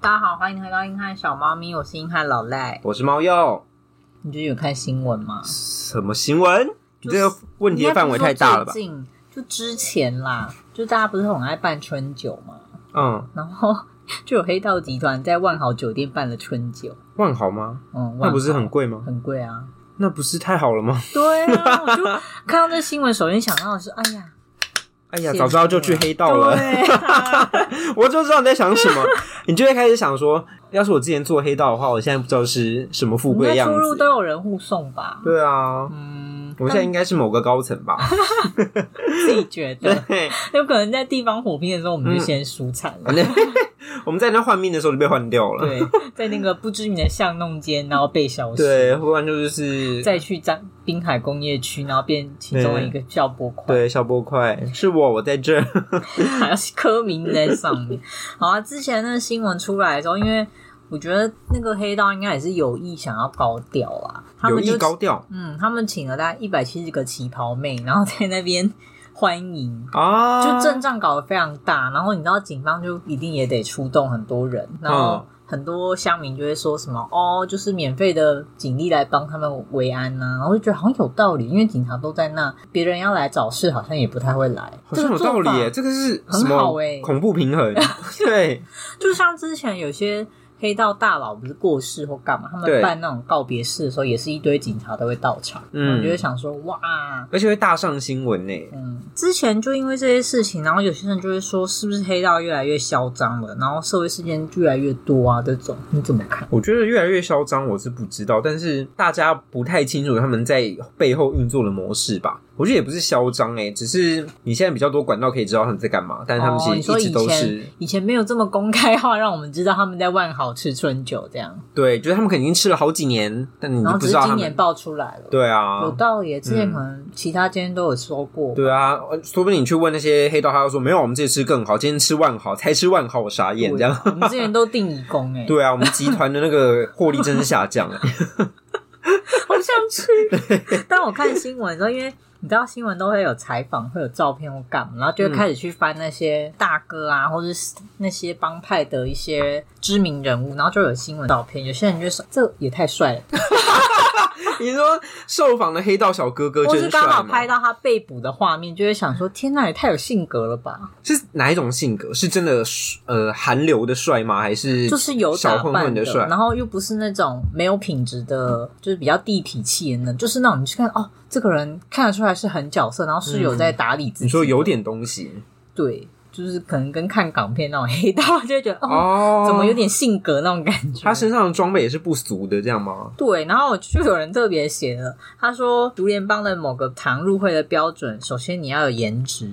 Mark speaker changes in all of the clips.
Speaker 1: 大家好，欢迎回到硬汉小猫咪，我是硬汉老赖。
Speaker 2: 我是猫鼬。
Speaker 1: 你最近有看新闻吗？
Speaker 2: 什么新闻？你这个问题的范围太大了
Speaker 1: 应该不？是说
Speaker 2: 吧
Speaker 1: 最近就之前啦，就大家不是很爱办春酒嘛，
Speaker 2: 嗯，
Speaker 1: 然后 就有黑道集团在万豪酒店办了春酒。
Speaker 2: 万豪吗？
Speaker 1: 嗯，
Speaker 2: 那不
Speaker 1: 万
Speaker 2: 是很贵吗
Speaker 1: 豪？很贵啊？
Speaker 2: 那不是太好 了吗？
Speaker 1: 对啊，我就看到这新闻，首先想到的是，哎呀，
Speaker 2: 哎呀，
Speaker 1: 羡慕
Speaker 2: 早知道就去黑道 了。
Speaker 1: 对啊
Speaker 2: 我就知道你在想什么， 你就会开始想说，要是我之前做黑道的话，我现在不知道是什么富
Speaker 1: 我
Speaker 2: 贵
Speaker 1: 们
Speaker 2: 的
Speaker 1: 的
Speaker 2: 样
Speaker 1: 出入
Speaker 2: 子。
Speaker 1: 都有人护送吧？
Speaker 2: 对啊，
Speaker 1: 嗯，
Speaker 2: 我们现在应该是某个高层吧？
Speaker 1: 自己觉得，
Speaker 2: 对，
Speaker 1: 有可能在地方火拼的时候，我们就
Speaker 2: 嗯
Speaker 1: 先舒惨了。
Speaker 2: 我们在那换命的时候就被换 掉了。
Speaker 1: 对，在那个不知名的巷弄间，然后被消失，
Speaker 2: 对，不然就是
Speaker 1: 再去张滨海工业区，然后变其中的一个消波块，，
Speaker 2: 对小波块是我，我在这儿。
Speaker 1: 还有柯明在上面。好啊，之前那个新闻出来的时候，因为我觉得那个黑道应该也是有意想要高调啊，他
Speaker 2: 有
Speaker 1: 们
Speaker 2: 意
Speaker 1: 就
Speaker 2: 高调
Speaker 1: 嗯，他们请了大概一百七十个旗袍妹，然后在那边欢迎。
Speaker 2: 啊，
Speaker 1: 就阵仗搞得非常大，然后你知道警方就一定也得出动很多人，然
Speaker 2: 嗯
Speaker 1: 后很多乡民就会说什么哦，就是免费的警力来帮他们维安呐、然后就觉得好像有道理，因为警察都在那，别人要来找事好像也不太会来，
Speaker 2: 好像有道理耶，
Speaker 1: 这个做法。
Speaker 2: 这个是
Speaker 1: 很
Speaker 2: 什
Speaker 1: 好欸
Speaker 2: 么
Speaker 1: 耶
Speaker 2: 恐怖平 衡？对，
Speaker 1: 就像之前有些黑道大佬不是过世或干嘛，他们
Speaker 2: 对
Speaker 1: 办那种告别式的时候，也是一堆警察都会到场，
Speaker 2: 嗯
Speaker 1: 嗯，我就会想说哇，
Speaker 2: 而且会大上新闻呢。
Speaker 1: 嗯，之前就因为这些事情，然后有些人就会说，是不是黑道越来越嚣张了，然后社会事件越来越多啊？这种你怎么看？
Speaker 2: 我觉得越来越嚣张，我是不知道，但是大家不太清楚他们在背后运作的模式吧。我觉得也不是嚣张哎，只是你现在比较多管道可以知道他们在干嘛，但是他们
Speaker 1: 哦，你
Speaker 2: 其实
Speaker 1: 说
Speaker 2: 一直
Speaker 1: 以
Speaker 2: 都
Speaker 1: 前
Speaker 2: 是、
Speaker 1: 以前没有这么公开化，让我们知道他们在万豪吃春酒这样，
Speaker 2: 对，就是他们肯定吃了好几年，但你
Speaker 1: 然
Speaker 2: 就
Speaker 1: 后
Speaker 2: 嗯不
Speaker 1: 只
Speaker 2: 知
Speaker 1: 是
Speaker 2: 道他
Speaker 1: 今年
Speaker 2: 们。
Speaker 1: 爆出来了，
Speaker 2: 对
Speaker 1: 有
Speaker 2: 啊，
Speaker 1: 道理。之前可能其他间都有说过，
Speaker 2: 对啊，说不定你去问那些黑道，他就说没有，我们这次吃更好，今天吃万豪，才吃万豪，我傻眼这样。
Speaker 1: 我们之前都定义工 哎，
Speaker 2: 对啊，我们集团的那个获利真是下降哎。
Speaker 1: 好想去。但我看新闻的时候，因为你知道新闻都会有采访，会有照片或干嘛，然后就会开始去翻那些大哥啊，或者是那些帮派的一些知名人物，然后就有新闻照片。有些人就说这也太帅了，
Speaker 2: 你说受访的黑道小哥哥
Speaker 1: 或
Speaker 2: 真
Speaker 1: 是
Speaker 2: 帅
Speaker 1: 刚好
Speaker 2: 吗
Speaker 1: 拍到他被捕的画面，就会想说天呐，也太有性格了吧！
Speaker 2: 是哪一种性格？是真的呃韩流的帅吗？还是
Speaker 1: 就是有打
Speaker 2: 小混
Speaker 1: 扮
Speaker 2: 混的帅？
Speaker 1: 然后又不是那种没有品质的，就是比较地痞气的那种，就是那种你去看哦，这个人看得出来是很角色，然后是有在打理自己的、
Speaker 2: 你说有点东西
Speaker 1: 对，就是可能跟看港片那种 黑道，就会觉得哦，
Speaker 2: 哦
Speaker 1: 怎么有点性格那种感觉。
Speaker 2: 他身上的装备也是不俗的，这样吗？
Speaker 1: 对，然后就有人特别写了，他说竹联帮的某个堂入会的标准，首先你要有颜值，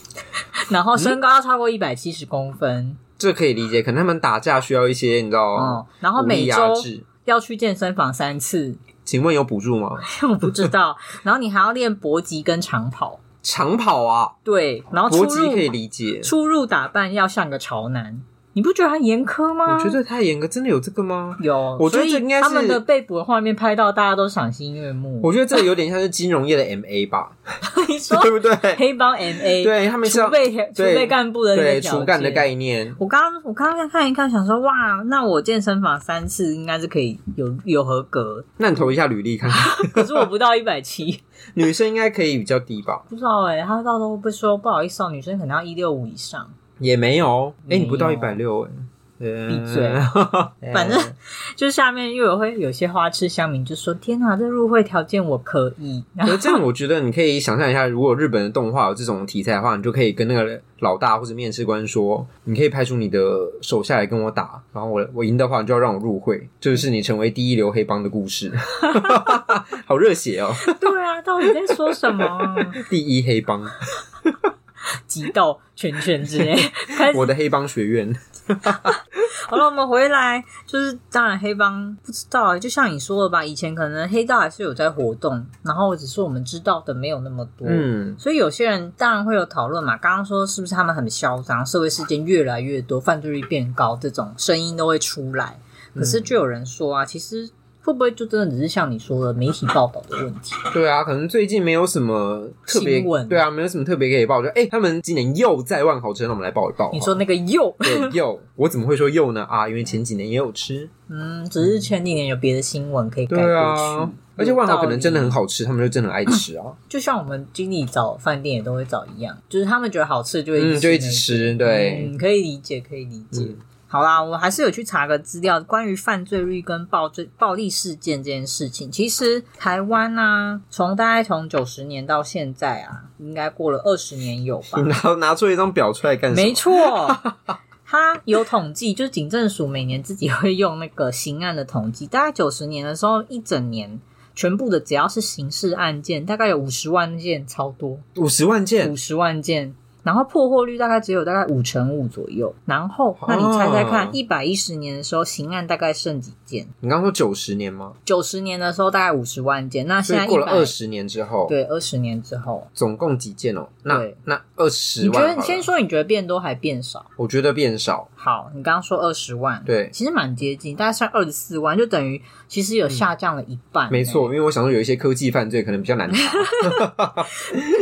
Speaker 1: 然后身高要超过一百七十公分，
Speaker 2: 这可以理解，可能他们打架需要一些你知道
Speaker 1: 嗯，然后
Speaker 2: 武哦力
Speaker 1: 每
Speaker 2: 压
Speaker 1: 周
Speaker 2: 制。
Speaker 1: 要去健身房三次，
Speaker 2: 请问有补助吗？
Speaker 1: 我不知道，然后你还要练搏击跟长跑，
Speaker 2: 长跑啊，
Speaker 1: 对，然后哦出
Speaker 2: 搏击
Speaker 1: 入
Speaker 2: 可以理解。
Speaker 1: 出入打扮要像个潮男，你不觉得他严苛吗？
Speaker 2: 我觉得太严格，真的有这个吗？
Speaker 1: 有，
Speaker 2: 我觉
Speaker 1: 所
Speaker 2: 得
Speaker 1: 以
Speaker 2: 这应该是
Speaker 1: 他们的被捕的画面拍到，大家都赏心悦目。
Speaker 2: 我觉得这有点像是金融业的 MA 吧，
Speaker 1: 你说
Speaker 2: 对不对？
Speaker 1: 黑帮 M A，，
Speaker 2: 对他们是
Speaker 1: 哦储
Speaker 2: 要
Speaker 1: 备储备干部的那个
Speaker 2: 对
Speaker 1: 条件
Speaker 2: 除干的概念，
Speaker 1: 我刚我刚刚看一看，想说哇，那我健身房三次应该是可以有有合格，
Speaker 2: 那你投一下履历看 看，
Speaker 1: 可是我不到一百七，
Speaker 2: 女生应该可以比较低吧？
Speaker 1: 不知道哎、他到时候会不会说不好意思哦，女生可能要一六五以上，
Speaker 2: 也没有，哎、
Speaker 1: 没有
Speaker 2: 你不到一百六哎，闭
Speaker 1: 闭嘴 反正就下面又有会有些花痴乡民就说天啊哪，这入会条件我可以， 然后
Speaker 2: 可是这样，我觉得你可以想象一下，如果日本的动画有这种题材的话，你就可以跟那个老大或者面试官说，你可以派出你的手下来跟我打，然后我我赢的话，你就要让我入会， 这就是你成为第一流黑帮的故事， 好热血哦！
Speaker 1: 对啊，到底在说什么啊？
Speaker 2: 第一黑帮，
Speaker 1: 极斗拳拳之类，开始
Speaker 2: 我的黑帮学院，
Speaker 1: 好了，我们回来，就是当然黑帮不知道欸，就像你说的吧，以前可能黑道还是有在活动，然后只是我们知道的没有那么多。
Speaker 2: 嗯，
Speaker 1: 所以有些人当然会有讨论嘛，刚刚说是不是他们很嚣张，社会事件越来越多，犯罪率变高，这种声音都会出来。可是就有人说啊，其实会不会就真的只是像你说的媒体报道的问题？
Speaker 2: 对啊，可能最近没有什么特别
Speaker 1: 新闻，
Speaker 2: 对啊，没有什么特别可以报。就哎、他们今年又在万豪吃，那我们来报一报。
Speaker 1: 你说那个又，
Speaker 2: 对又，我怎么会说又呢？啊，因为前几年也有吃。
Speaker 1: 嗯，只是前几年有别的新闻可以改过
Speaker 2: 对
Speaker 1: 去，
Speaker 2: 啊，而且万豪可能真的很
Speaker 1: 好。
Speaker 2: 好吃，他们就真的很爱吃啊。
Speaker 1: 就像我们经理找饭店也都会找一样，就是他们觉得好吃就会
Speaker 2: 嗯，就一直
Speaker 1: 那
Speaker 2: 吃。对，
Speaker 1: 嗯，可以理解，可以理解。
Speaker 2: 嗯
Speaker 1: 好啦，我还是有去查个资料，关于犯罪率跟暴罪暴力事件这件事情。其实台湾啊，从大概从九十年到现在啊，应该过了二十年有 吧
Speaker 2: 你？拿嗯拿出一张表出来干什么？
Speaker 1: 没错，它有统计，就是警政署每年自己会用那个刑案的统计，大概九十年的时候，一整年全部的只要是刑事案件，大概有五十万件，超多。
Speaker 2: 五十万件
Speaker 1: 五，十万件，然后破获率大概只有大概五成五左右。然后，那你猜猜看
Speaker 2: 哦，
Speaker 1: 一百一十年的时候，刑案大概剩几件？
Speaker 2: 你刚刚说九十年吗？
Speaker 1: 九十年的时候大概五十万件，那
Speaker 2: 所
Speaker 1: 现在
Speaker 2: 以过了
Speaker 1: 100
Speaker 2: 二，十年之后，
Speaker 1: 对，二十年之后，
Speaker 2: 总共几件哦？那
Speaker 1: 对
Speaker 2: 那二十
Speaker 1: 你觉
Speaker 2: 万
Speaker 1: 得
Speaker 2: 好了，
Speaker 1: 先说你觉得变多还变少？
Speaker 2: 我觉得变少。
Speaker 1: 好，你刚刚说二十万，
Speaker 2: 对嗯
Speaker 1: 其实蛮接近，大概算二十四万，就等于其实有下降了一半、欸
Speaker 2: 没错，。因为我想说有一些科技犯罪可能比较 难查，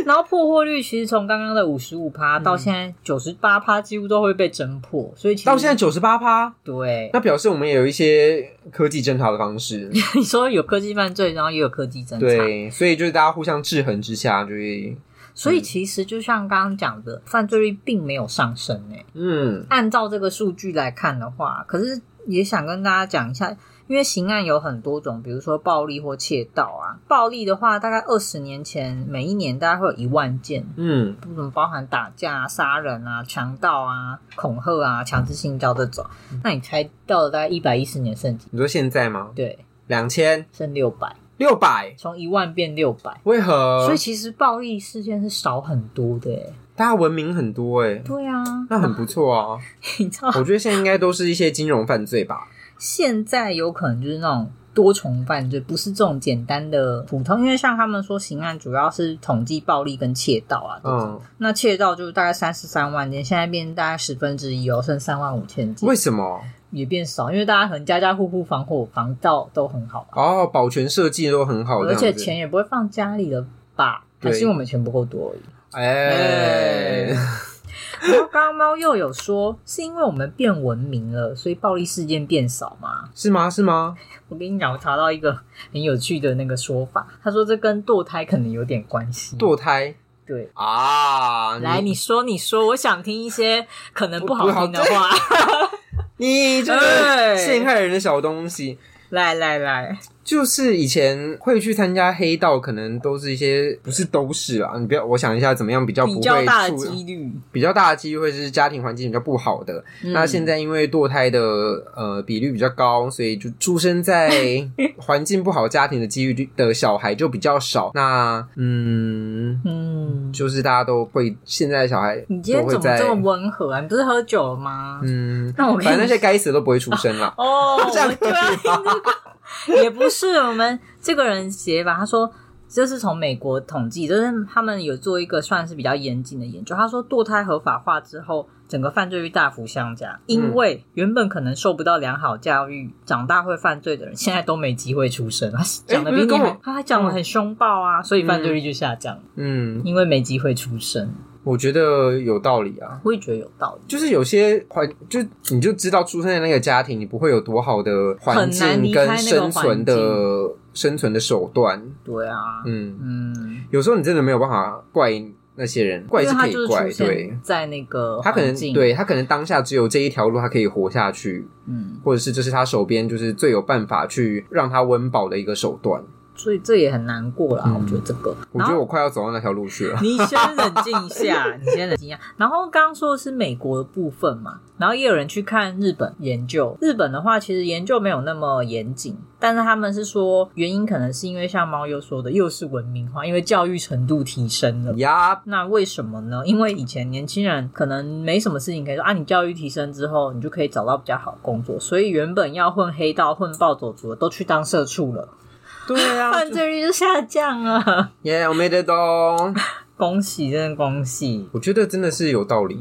Speaker 1: 然后破获率其实从刚刚的五十五趴到现在九十八趴，几乎都会被侦破，所以其实
Speaker 2: 嗯到现在九十八趴，
Speaker 1: 对，
Speaker 2: 那表示我们也有一些科技侦查的方式。
Speaker 1: 你说有科技犯罪，然后也有科技侦查，
Speaker 2: 对，所以就是大家互相制衡之下，就会
Speaker 1: 所以其实就像刚刚讲的，犯罪率并没有上升诶、
Speaker 2: 嗯
Speaker 1: 按照这个数据来看的话，可是也想跟大家讲一下，因为刑案有很多种，比如说暴力或窃盗啊。暴力的话，大概二十年前每一年大概会有一万件，
Speaker 2: 嗯，
Speaker 1: 不怎么包含打架、啊、杀人啊、强盗啊、恐吓啊、强制性交这种。那你猜到了大概一百一十年剩几？
Speaker 2: 你说现在吗？
Speaker 1: 对，
Speaker 2: 两千
Speaker 1: 剩六百，
Speaker 2: 六百，
Speaker 1: 从一万变六百。
Speaker 2: 为何？
Speaker 1: 所以其实暴力事件是少很多的、欸，
Speaker 2: 大家文明很多哎、
Speaker 1: 对啊，
Speaker 2: 那很不错啊。
Speaker 1: 你知道
Speaker 2: 我觉得现在应该都是一些金融犯罪吧。
Speaker 1: 现在有可能就是那种多重犯罪，不是这种简单的普通，因为像他们说刑案主要是统计暴力跟窃盗啊，
Speaker 2: 嗯，
Speaker 1: 那窃盗就是大概三十三万件，现在变大概十分之一哦，剩三万五千件，
Speaker 2: 为什么？
Speaker 1: 也变少，因为大家可能家家户户防火防盗都很好吧，
Speaker 2: 哦，保全设计都很好，
Speaker 1: 而且
Speaker 2: 这样子
Speaker 1: 钱也不会放家里了吧？
Speaker 2: 哦对
Speaker 1: 还是因为我们钱不够多而已。
Speaker 2: 哎、
Speaker 1: 然后刚刚猫又有说，是因为我们变文明了，所以暴力事件变少吗？
Speaker 2: 是吗？是吗？
Speaker 1: 我跟你讲，我查到一个很有趣的那个说法，他说这跟堕胎可能有点关系。
Speaker 2: 堕胎
Speaker 1: 对，
Speaker 2: 啊？
Speaker 1: 来，你说，你说，我想听一些可能不
Speaker 2: 不好
Speaker 1: 好听的话。
Speaker 2: 你 这
Speaker 1: 哎
Speaker 2: 个陷害人的小东西。
Speaker 1: 来来来，
Speaker 2: 就是以前会去参加黑道，可能都是一些不是都是啊，你不要，我想一下怎么样比较不
Speaker 1: 比
Speaker 2: 会
Speaker 1: 较大的
Speaker 2: 触
Speaker 1: 几率。
Speaker 2: 比较大的机会是家庭环境比较不好的。
Speaker 1: 嗯
Speaker 2: 那现在因为堕胎的呃比率比较高，所以就出生在环境不好家庭的机遇就的小孩就比较少。那嗯，
Speaker 1: 嗯，
Speaker 2: 就是大家都会现在的小孩
Speaker 1: 你今天
Speaker 2: 都会
Speaker 1: 怎么
Speaker 2: 在
Speaker 1: 这么温和啊？你不是喝酒了吗？
Speaker 2: 嗯，
Speaker 1: 那我跟
Speaker 2: 反正那
Speaker 1: 你。
Speaker 2: 些该死的都不会出生啦
Speaker 1: 哦，我
Speaker 2: 这样
Speaker 1: 们就要听这个， 也不是我们这个人写吧，他说。这是从美国统计，就是他们有做一个算是比较严谨的研究。他说，堕胎合法化之后，整个犯罪率大幅下降，因为
Speaker 2: 嗯
Speaker 1: 原本可能受不到良好教育、长大会犯罪的人，现在都没机会出生。他啊讲的
Speaker 2: 不
Speaker 1: 比
Speaker 2: 是
Speaker 1: 你
Speaker 2: 跟
Speaker 1: 还
Speaker 2: 我，
Speaker 1: 他还讲的很凶暴啊，所以犯罪率就下降了，
Speaker 2: 嗯，
Speaker 1: 因为没机会出生。
Speaker 2: 我觉得有道理啊。
Speaker 1: 我也觉得有道理。
Speaker 2: 就是有些环，就你就知道出生在那个家庭，你不会有多好的环
Speaker 1: 很难
Speaker 2: 境
Speaker 1: 离开那
Speaker 2: 跟
Speaker 1: 个
Speaker 2: 生存的
Speaker 1: 环
Speaker 2: 生存的手段。
Speaker 1: 对啊，
Speaker 2: 嗯，
Speaker 1: 嗯，
Speaker 2: 有时候你真的没有办法怪那些人，怪
Speaker 1: 因为
Speaker 2: 是
Speaker 1: 他
Speaker 2: 可
Speaker 1: 就是
Speaker 2: 以
Speaker 1: 出
Speaker 2: 怪，对
Speaker 1: 现在那个
Speaker 2: 他可能
Speaker 1: 环境
Speaker 2: 对他可能当下只有这一条路，他可以活下去，
Speaker 1: 嗯。
Speaker 2: 或者是这是他手边就是最有办法去让他温饱的一个手段。
Speaker 1: 所以这也很难过啦，
Speaker 2: 嗯
Speaker 1: 我觉得这个。
Speaker 2: 我
Speaker 1: 然
Speaker 2: 觉得
Speaker 1: 后
Speaker 2: 我快要走到那条路去 了。
Speaker 1: 你先冷静一下， 你先冷静一下。然后刚刚说的是美国的部分嘛，然后也有人去看日本研究。日本的话，其实研究没有那么严谨，但是他们是说原因可能是因为像猫又说的，又是文明化，因为教育程度提升了。
Speaker 2: 呀，
Speaker 1: 那为什么呢？因为以前年轻人可能没什么事情可以做啊，你教育提升之后，你就可以找到比较好的工作，所以原本要混黑道、混暴走族的都去当社畜了，
Speaker 2: 对啊，
Speaker 1: 犯罪率就下降了。
Speaker 2: 耶，我没得懂。
Speaker 1: 恭喜，真的恭喜！
Speaker 2: 我觉得真的是有道理。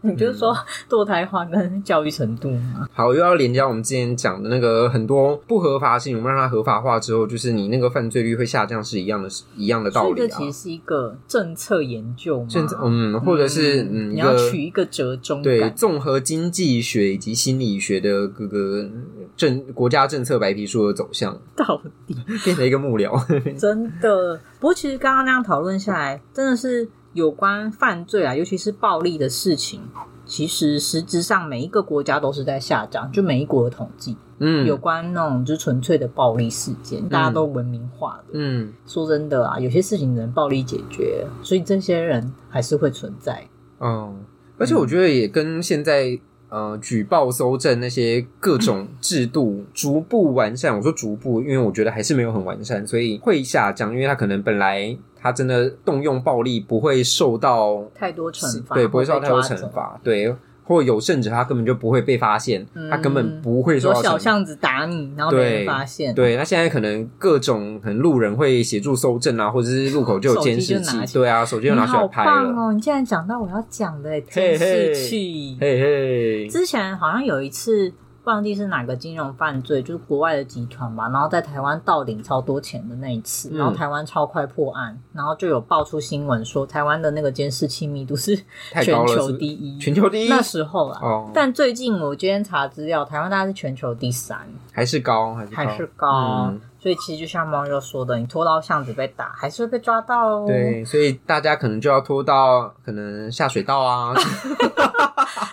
Speaker 1: 你就是说
Speaker 2: 嗯
Speaker 1: 堕胎化跟教育程度嘛？
Speaker 2: 好，又要连接到我们之前讲的那个很多不合法性，我们让它合法化之后，就是你那个犯罪率会下降是一样的，一样的道
Speaker 1: 所以
Speaker 2: 理
Speaker 1: 这
Speaker 2: 啊。
Speaker 1: 其实是一个政策研究嘛。
Speaker 2: 甚至嗯，或者是嗯，
Speaker 1: 你
Speaker 2: 一
Speaker 1: 要
Speaker 2: 个
Speaker 1: 取一个折中
Speaker 2: 对
Speaker 1: 感。
Speaker 2: 综合经济学以及心理学的各个政国家政策白皮书的走向，
Speaker 1: 到底
Speaker 2: 变成一个幕僚。
Speaker 1: 真的。不过其实刚刚那样讨论下来，真的是有关犯罪啊，尤其是暴力的事情，其实实质上每一个国家都是在下降，就每一国的统计。
Speaker 2: 嗯，
Speaker 1: 有关那种就是纯粹的暴力事件，大家都文明化了。
Speaker 2: 嗯，
Speaker 1: 说真的啊，有些事情能暴力解决，所以这些人还是会存在。
Speaker 2: 嗯，而且我觉得也
Speaker 1: 嗯
Speaker 2: 跟现在呃举报搜证那些各种制度逐步完善，我说逐步，因为我觉得还是没有很完善，所以会下降，因为他可能本来他真的动用暴力不会受到
Speaker 1: 太多惩罚，
Speaker 2: 对，不会受到
Speaker 1: 被
Speaker 2: 太多
Speaker 1: 抓
Speaker 2: 惩
Speaker 1: 走。
Speaker 2: 罚，对。或有甚者他根本就不会被发现，
Speaker 1: 嗯
Speaker 2: 他根本不会受
Speaker 1: 说嗯
Speaker 2: 到
Speaker 1: 小
Speaker 2: 惩罚。
Speaker 1: 巷子打你，然后被人发现，
Speaker 2: 对，那现在可能各种可能路人会协助搜证啊，或者是路口就有
Speaker 1: 手机
Speaker 2: 监视
Speaker 1: 就拿
Speaker 2: 器，
Speaker 1: 起来
Speaker 2: 对啊，手机
Speaker 1: 你
Speaker 2: 就拿起来
Speaker 1: 好
Speaker 2: 拍了，
Speaker 1: 棒哦！你竟然讲到我要讲的欸
Speaker 2: 嘿
Speaker 1: 监
Speaker 2: 嘿
Speaker 1: 视器。
Speaker 2: 嘿嘿，
Speaker 1: 之前好像有一次，忘记是哪个金融犯罪，就是国外的集团吧，然后在台湾盗领超多钱的那一次，
Speaker 2: 嗯
Speaker 1: 然后台湾超快破案，然后就有爆出新闻说台湾的那个监视器密度是
Speaker 2: 太
Speaker 1: 全
Speaker 2: 高了，
Speaker 1: 球
Speaker 2: 是不是
Speaker 1: 第一，
Speaker 2: 全球第一
Speaker 1: 那时候啦。
Speaker 2: 哦，
Speaker 1: 但最近我今天查资料，台湾大概是全球第三，
Speaker 2: 还是高，还是高
Speaker 1: 还是高，
Speaker 2: 嗯
Speaker 1: 所以其实就像猫又说的，你拖到巷子被打，还是会被抓到哦。
Speaker 2: 对，所以大家可能就要拖到可能下水道 啊，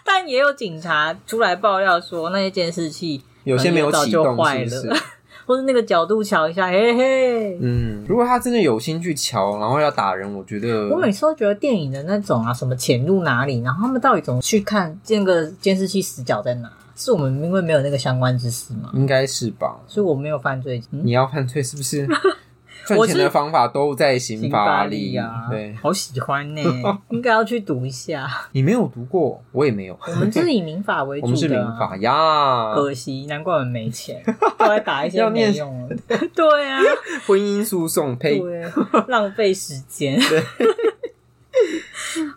Speaker 1: 但也有警察出来爆料说，那些监视器
Speaker 2: 有些没有启动，
Speaker 1: 早就坏
Speaker 2: 是
Speaker 1: 了
Speaker 2: 不是？
Speaker 1: 或者那个角度瞧一下，嘿嘿。
Speaker 2: 嗯，如果他真的有心去瞧，然后要打人，我觉得
Speaker 1: 我每次都觉得电影的那种啊，什么潜入哪里，然后他们到底怎么去看这个监视器死角在哪？是我们因为没有那个相关知识嘛，
Speaker 2: 应该是吧？
Speaker 1: 所以我没有犯罪。嗯
Speaker 2: 你要犯罪是 不是？赚
Speaker 1: 我是
Speaker 2: 钱的方法都在刑
Speaker 1: 刑
Speaker 2: 法
Speaker 1: 法
Speaker 2: 里
Speaker 1: 力啊，
Speaker 2: 对，
Speaker 1: 好喜欢 呢、应该要去读一下。
Speaker 2: 你没有读过，我也没有，
Speaker 1: 我们是以民法为
Speaker 2: 我
Speaker 1: 主
Speaker 2: 们是民
Speaker 1: 的、啊，
Speaker 2: 法呀，
Speaker 1: 可惜难怪我们没钱， 都在打一些
Speaker 2: 要念
Speaker 1: 没用的。对啊，
Speaker 2: 婚姻诉讼呸，
Speaker 1: 对，浪费时间。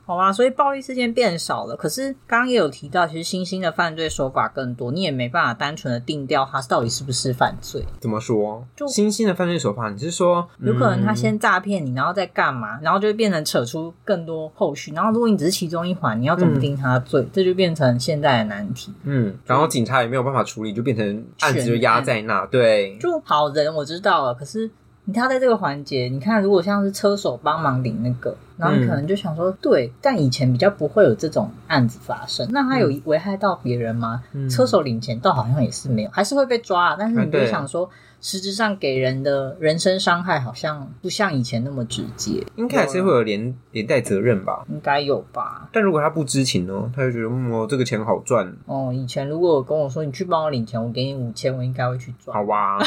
Speaker 1: 好吧，所以暴力事件变少了，可是刚刚也有提到，其实新兴的犯罪手法更多，你也没办法单纯的定掉它到底是不是犯罪，
Speaker 2: 怎么说？
Speaker 1: 就
Speaker 2: 新兴的犯罪手法，你是说
Speaker 1: 有可能他
Speaker 2: 嗯
Speaker 1: 先诈骗你，然后再干嘛，然后就变成扯出更多后续，然后如果你只是其中一环，你要怎么定他的罪，这就变成现在的难题。
Speaker 2: 嗯，然后警察也没有办法处理，就变成案子就压在那。
Speaker 1: 嗯
Speaker 2: 对，
Speaker 1: 就好人我知道了，可是你看他在这个环节，你看如果像是车手帮忙领那个，然后你可
Speaker 2: 嗯
Speaker 1: 能就想说，对，但以前比较不会有这种案子发生，那他有危害到别人吗？
Speaker 2: 嗯
Speaker 1: 车手领钱倒好像也是没有，还是会被抓，但是
Speaker 2: 啊
Speaker 1: 你就
Speaker 2: 对
Speaker 1: 想说，实质上给人的人身伤害好像不像以前那么直接，
Speaker 2: 嗯应该还是
Speaker 1: 啊
Speaker 2: 会有连连带责任吧。
Speaker 1: 应该有吧？
Speaker 2: 但如果他不知情呢，他就觉得嗯，哦，这个钱好赚，
Speaker 1: 哦，以前如果有跟我说你去帮我领钱，我给你五千，我应该会去抓，
Speaker 2: 好啊哇，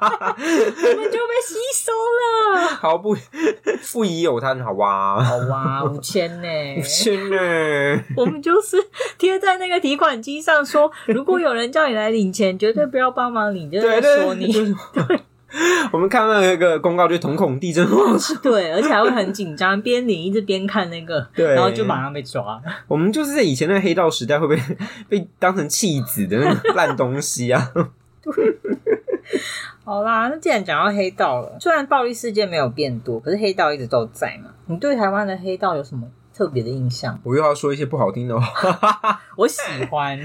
Speaker 1: 我们就被吸收了。
Speaker 2: 好不 不疑有他，好啊哇，
Speaker 1: 好哇，五千呢？
Speaker 2: 五千呢？
Speaker 1: 我们就是贴在那个提款机上说，如果有人叫你来领钱，绝对不要帮忙领，就是
Speaker 2: 对
Speaker 1: 在说
Speaker 2: 对，
Speaker 1: 你。
Speaker 2: 就是我们看到那个公告，就瞳孔地震。
Speaker 1: 对，而且还会很紧张，边领一直边看那个，
Speaker 2: 对
Speaker 1: 然后就马上被抓了。
Speaker 2: 我们就是在以前那个黑道时代，会被被当成弃子的那个烂东西啊。
Speaker 1: 好啦，那既然讲到黑道了，虽然暴力事件没有变多，可是黑道一直都在嘛。你对台湾的黑道有什么特别的印象？
Speaker 2: 我又要说一些不好听的话。
Speaker 1: 我喜欢，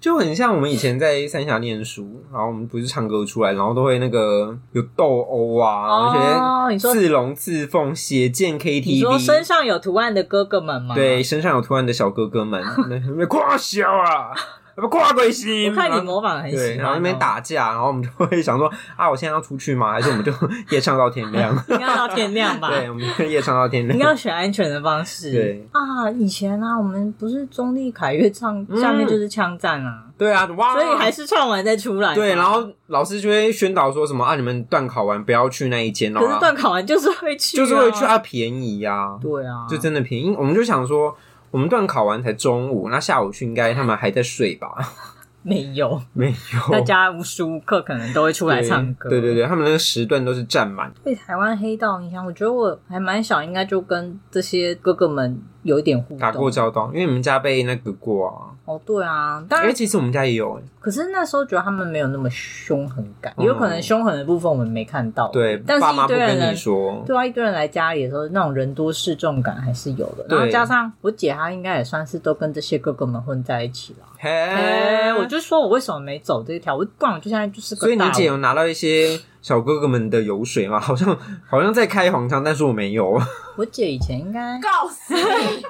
Speaker 2: 就很像我们以前在三峡念书，然后我们不是唱歌出来，然后都会那个有斗殴啊，
Speaker 1: 哦
Speaker 2: 而且
Speaker 1: 你说
Speaker 2: 刺龙刺凤、血溅
Speaker 1: 你说身
Speaker 2: KTV，
Speaker 1: 上有图案的哥哥们吗？
Speaker 2: 对，，身上有图案的小哥哥 们，那那夸小啊，不跨鬼心，
Speaker 1: 我看你
Speaker 2: 然后
Speaker 1: 模仿得很喜
Speaker 2: 对，
Speaker 1: 欢、哦
Speaker 2: 然后那边，打架，然后我们就会想说 啊，我现在要出去吗？还是我们就 夜唱到 天亮？
Speaker 1: 应该到天亮吧？
Speaker 2: 对，我们就夜唱到天
Speaker 1: 应该
Speaker 2: 亮。
Speaker 1: 要选安全的方式。
Speaker 2: 对
Speaker 1: 啊，以前啊，我们不是中立凯越唱
Speaker 2: 嗯
Speaker 1: 下面就是枪战啊，
Speaker 2: 对啊，哇！
Speaker 1: 所以还是唱完再出来嘛。
Speaker 2: 对，然后老师就会宣导说什么啊，你们段考完不要去那一间哦，
Speaker 1: 可是段考完就是会去、
Speaker 2: 就是会去。啊，便宜呀、
Speaker 1: 对啊，
Speaker 2: 就真的便宜。因为我们就想说，我们段考完才中午，那下午去应该他们还在睡吧？
Speaker 1: 没有，
Speaker 2: 没
Speaker 1: 大
Speaker 2: 有，
Speaker 1: 家无时无刻可能都会出来唱歌。
Speaker 2: 哦对对对，他们那个时段都是占满。
Speaker 1: 对，被台湾黑道影响，我觉得我还蛮小，应该就跟这些哥哥们有一点互动。
Speaker 2: 打过交道，因为你们家被那个过啊。
Speaker 1: 哦，对啊，当
Speaker 2: 因为
Speaker 1: 然，
Speaker 2: 其实我们家也有、欸，
Speaker 1: 可是那时候觉得他们没有那么凶狠感，
Speaker 2: 嗯
Speaker 1: 有可能凶狠的部分我们没看到。
Speaker 2: 对，
Speaker 1: 但是
Speaker 2: 爸妈
Speaker 1: 一
Speaker 2: 不
Speaker 1: 堆
Speaker 2: 跟
Speaker 1: 人
Speaker 2: 你说，
Speaker 1: 对啊，一堆人来家里的时候，那种人多势众感还是有的。
Speaker 2: 对
Speaker 1: 然后加上我姐，她应该也算是都跟这些哥哥们混在一起了。
Speaker 2: 嘿，
Speaker 1: 哎、我就说我为什么没走这一条？我不然我就现在就是个
Speaker 2: 所以你
Speaker 1: 大
Speaker 2: 姐
Speaker 1: 王
Speaker 2: 有拿到一些小哥哥们的油水吗？ 好像好像在开黄腔，但是我没 有，
Speaker 1: 我姐以前应该
Speaker 3: 告死 你！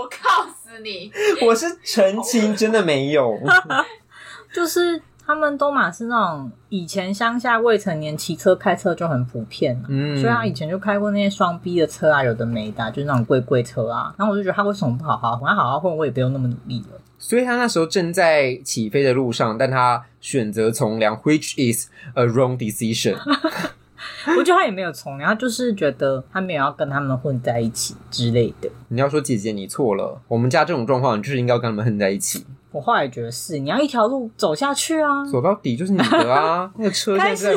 Speaker 3: 我告死你！
Speaker 2: 我是澄清，真的没有。
Speaker 1: 就是他们都嘛是那种以前乡下未成年骑车开车就很普遍啊嘛。
Speaker 2: 嗯，
Speaker 1: 所以他以前就开过那些双 B 的车啊，有的没的啊、就是那种贵贵车啊。然后我就觉得他为什么不好好混？他好好混，我也不用那么努力了。
Speaker 2: 所以他那时候正在起飞的路上，但他选择从良，which is a wrong decision。
Speaker 1: 我觉得他也没有从良，他就是觉得他没有要跟他们混在一起之类的。
Speaker 2: 你要说姐姐你错了，我们家这种状况，你就是应该要跟他们混在一起，
Speaker 1: 我后来觉得是，你要一条路走下去啊，
Speaker 2: 走到底就是你的啊。那个车现在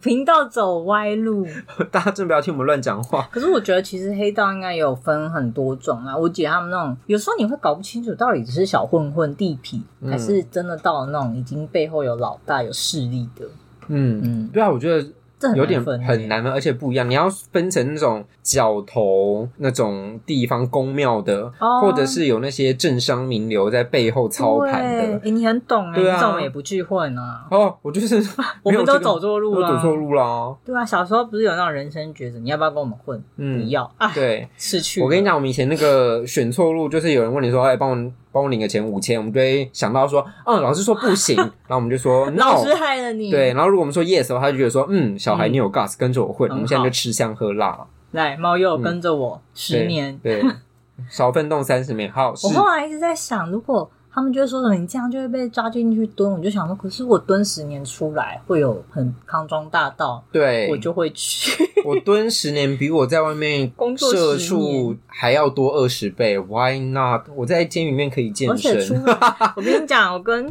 Speaker 1: 频道走歪路。
Speaker 2: 在，大家真不要听我们乱讲话。
Speaker 1: 可是我觉得其实黑道应该有分很多种啊。我姐他们那种，有时候你会搞不清楚到底只是小混混、地痞，
Speaker 2: 嗯
Speaker 1: 还是真的到了那种已经背后有老大、有势力的。
Speaker 2: 嗯
Speaker 1: 嗯
Speaker 2: 对啊，我觉得
Speaker 1: 这很
Speaker 2: 有点
Speaker 1: 分欸
Speaker 2: 很难分，而且不一样。你要分成那种角头那种地方公庙的，
Speaker 1: 哦
Speaker 2: 或者是有那些政商名流在背后操盘
Speaker 1: 对
Speaker 2: 的。
Speaker 1: 诶你很懂哎、
Speaker 2: 对啊
Speaker 1: 你怎么也不去混啊？
Speaker 2: 哦，我就是
Speaker 1: 我
Speaker 2: 没有
Speaker 1: 们都
Speaker 2: 这个
Speaker 1: 走错路
Speaker 2: 我
Speaker 1: 了，
Speaker 2: 走错。路了。
Speaker 1: 对啊，小时候不是有那种人生抉择，你要不要跟我们混？
Speaker 2: 嗯
Speaker 1: 不要 啊，
Speaker 2: 对，
Speaker 1: 失去。
Speaker 2: 我跟你，讲，我们以前那个选错路，就是有人问你说：“哎，帮我帮我领个钱五千。”我们就会想到说：“嗯，老师说 不行。”然后我们就说
Speaker 1: 老
Speaker 2: “no”。
Speaker 1: 师害了你。
Speaker 2: 对，，然后如果我们说 yes 的话，他就觉得说：“嗯，小孩你有 gas，跟着我混。”
Speaker 1: 很
Speaker 2: 我们现
Speaker 1: 嗯
Speaker 2: 在
Speaker 1: 好
Speaker 2: 就吃香喝辣。
Speaker 1: 来猫鼬
Speaker 2: 嗯
Speaker 1: 跟着我十
Speaker 2: 对
Speaker 1: 年。
Speaker 2: 对， 少奋斗三十年，好是
Speaker 1: 我，后来一直在想，如果他们就会说什么你这样就会被抓进去蹲，我就想说，可是我蹲十年出来会有很康庄大道，
Speaker 2: 对，
Speaker 1: 我就会去。
Speaker 2: 我蹲十年，比我在外面
Speaker 1: 工作
Speaker 2: 社
Speaker 1: 10
Speaker 2: 畜
Speaker 1: 年
Speaker 2: 还要多二十倍，Why not？我在监狱里面可以健
Speaker 1: 而且出
Speaker 2: 身，
Speaker 1: 来，我跟你讲，我跟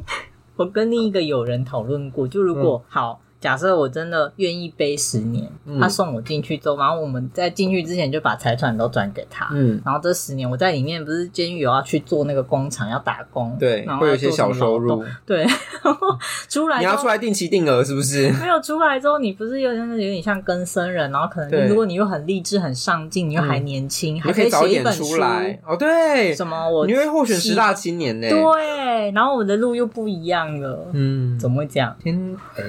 Speaker 1: 我跟另一个友人讨论过，就如果、好。假设我真的愿意背十年，
Speaker 2: 嗯
Speaker 1: 他送我进去之后，然后我们在进去之前就把财产都转给他，
Speaker 2: 嗯，
Speaker 1: 然后这十年我在里面不是监狱有要去做那个工厂要打工，
Speaker 2: 对，
Speaker 1: 然后
Speaker 2: 会有
Speaker 1: 要
Speaker 2: 一些
Speaker 1: 做什
Speaker 2: 小
Speaker 1: 么
Speaker 2: 收
Speaker 1: 劳动
Speaker 2: 入，。
Speaker 1: 对， 然后出来
Speaker 2: 你要
Speaker 1: 之后
Speaker 2: 出来定期定额是不是？
Speaker 1: 没有出来之后，你不是有点有点像跟生人，然后可能就
Speaker 2: 对嗯
Speaker 1: 如果你又很励志、很上进，你又还年轻，还
Speaker 2: 你可
Speaker 1: 可
Speaker 2: 以
Speaker 1: 以
Speaker 2: 早一
Speaker 1: 写
Speaker 2: 点
Speaker 1: 本
Speaker 2: 出来哦，对，
Speaker 1: 什么我
Speaker 2: 你会获选十大欸青年呢？
Speaker 1: 对，然后我的路又不一样了，
Speaker 2: 嗯，
Speaker 1: 怎么会这样？
Speaker 2: 天哎，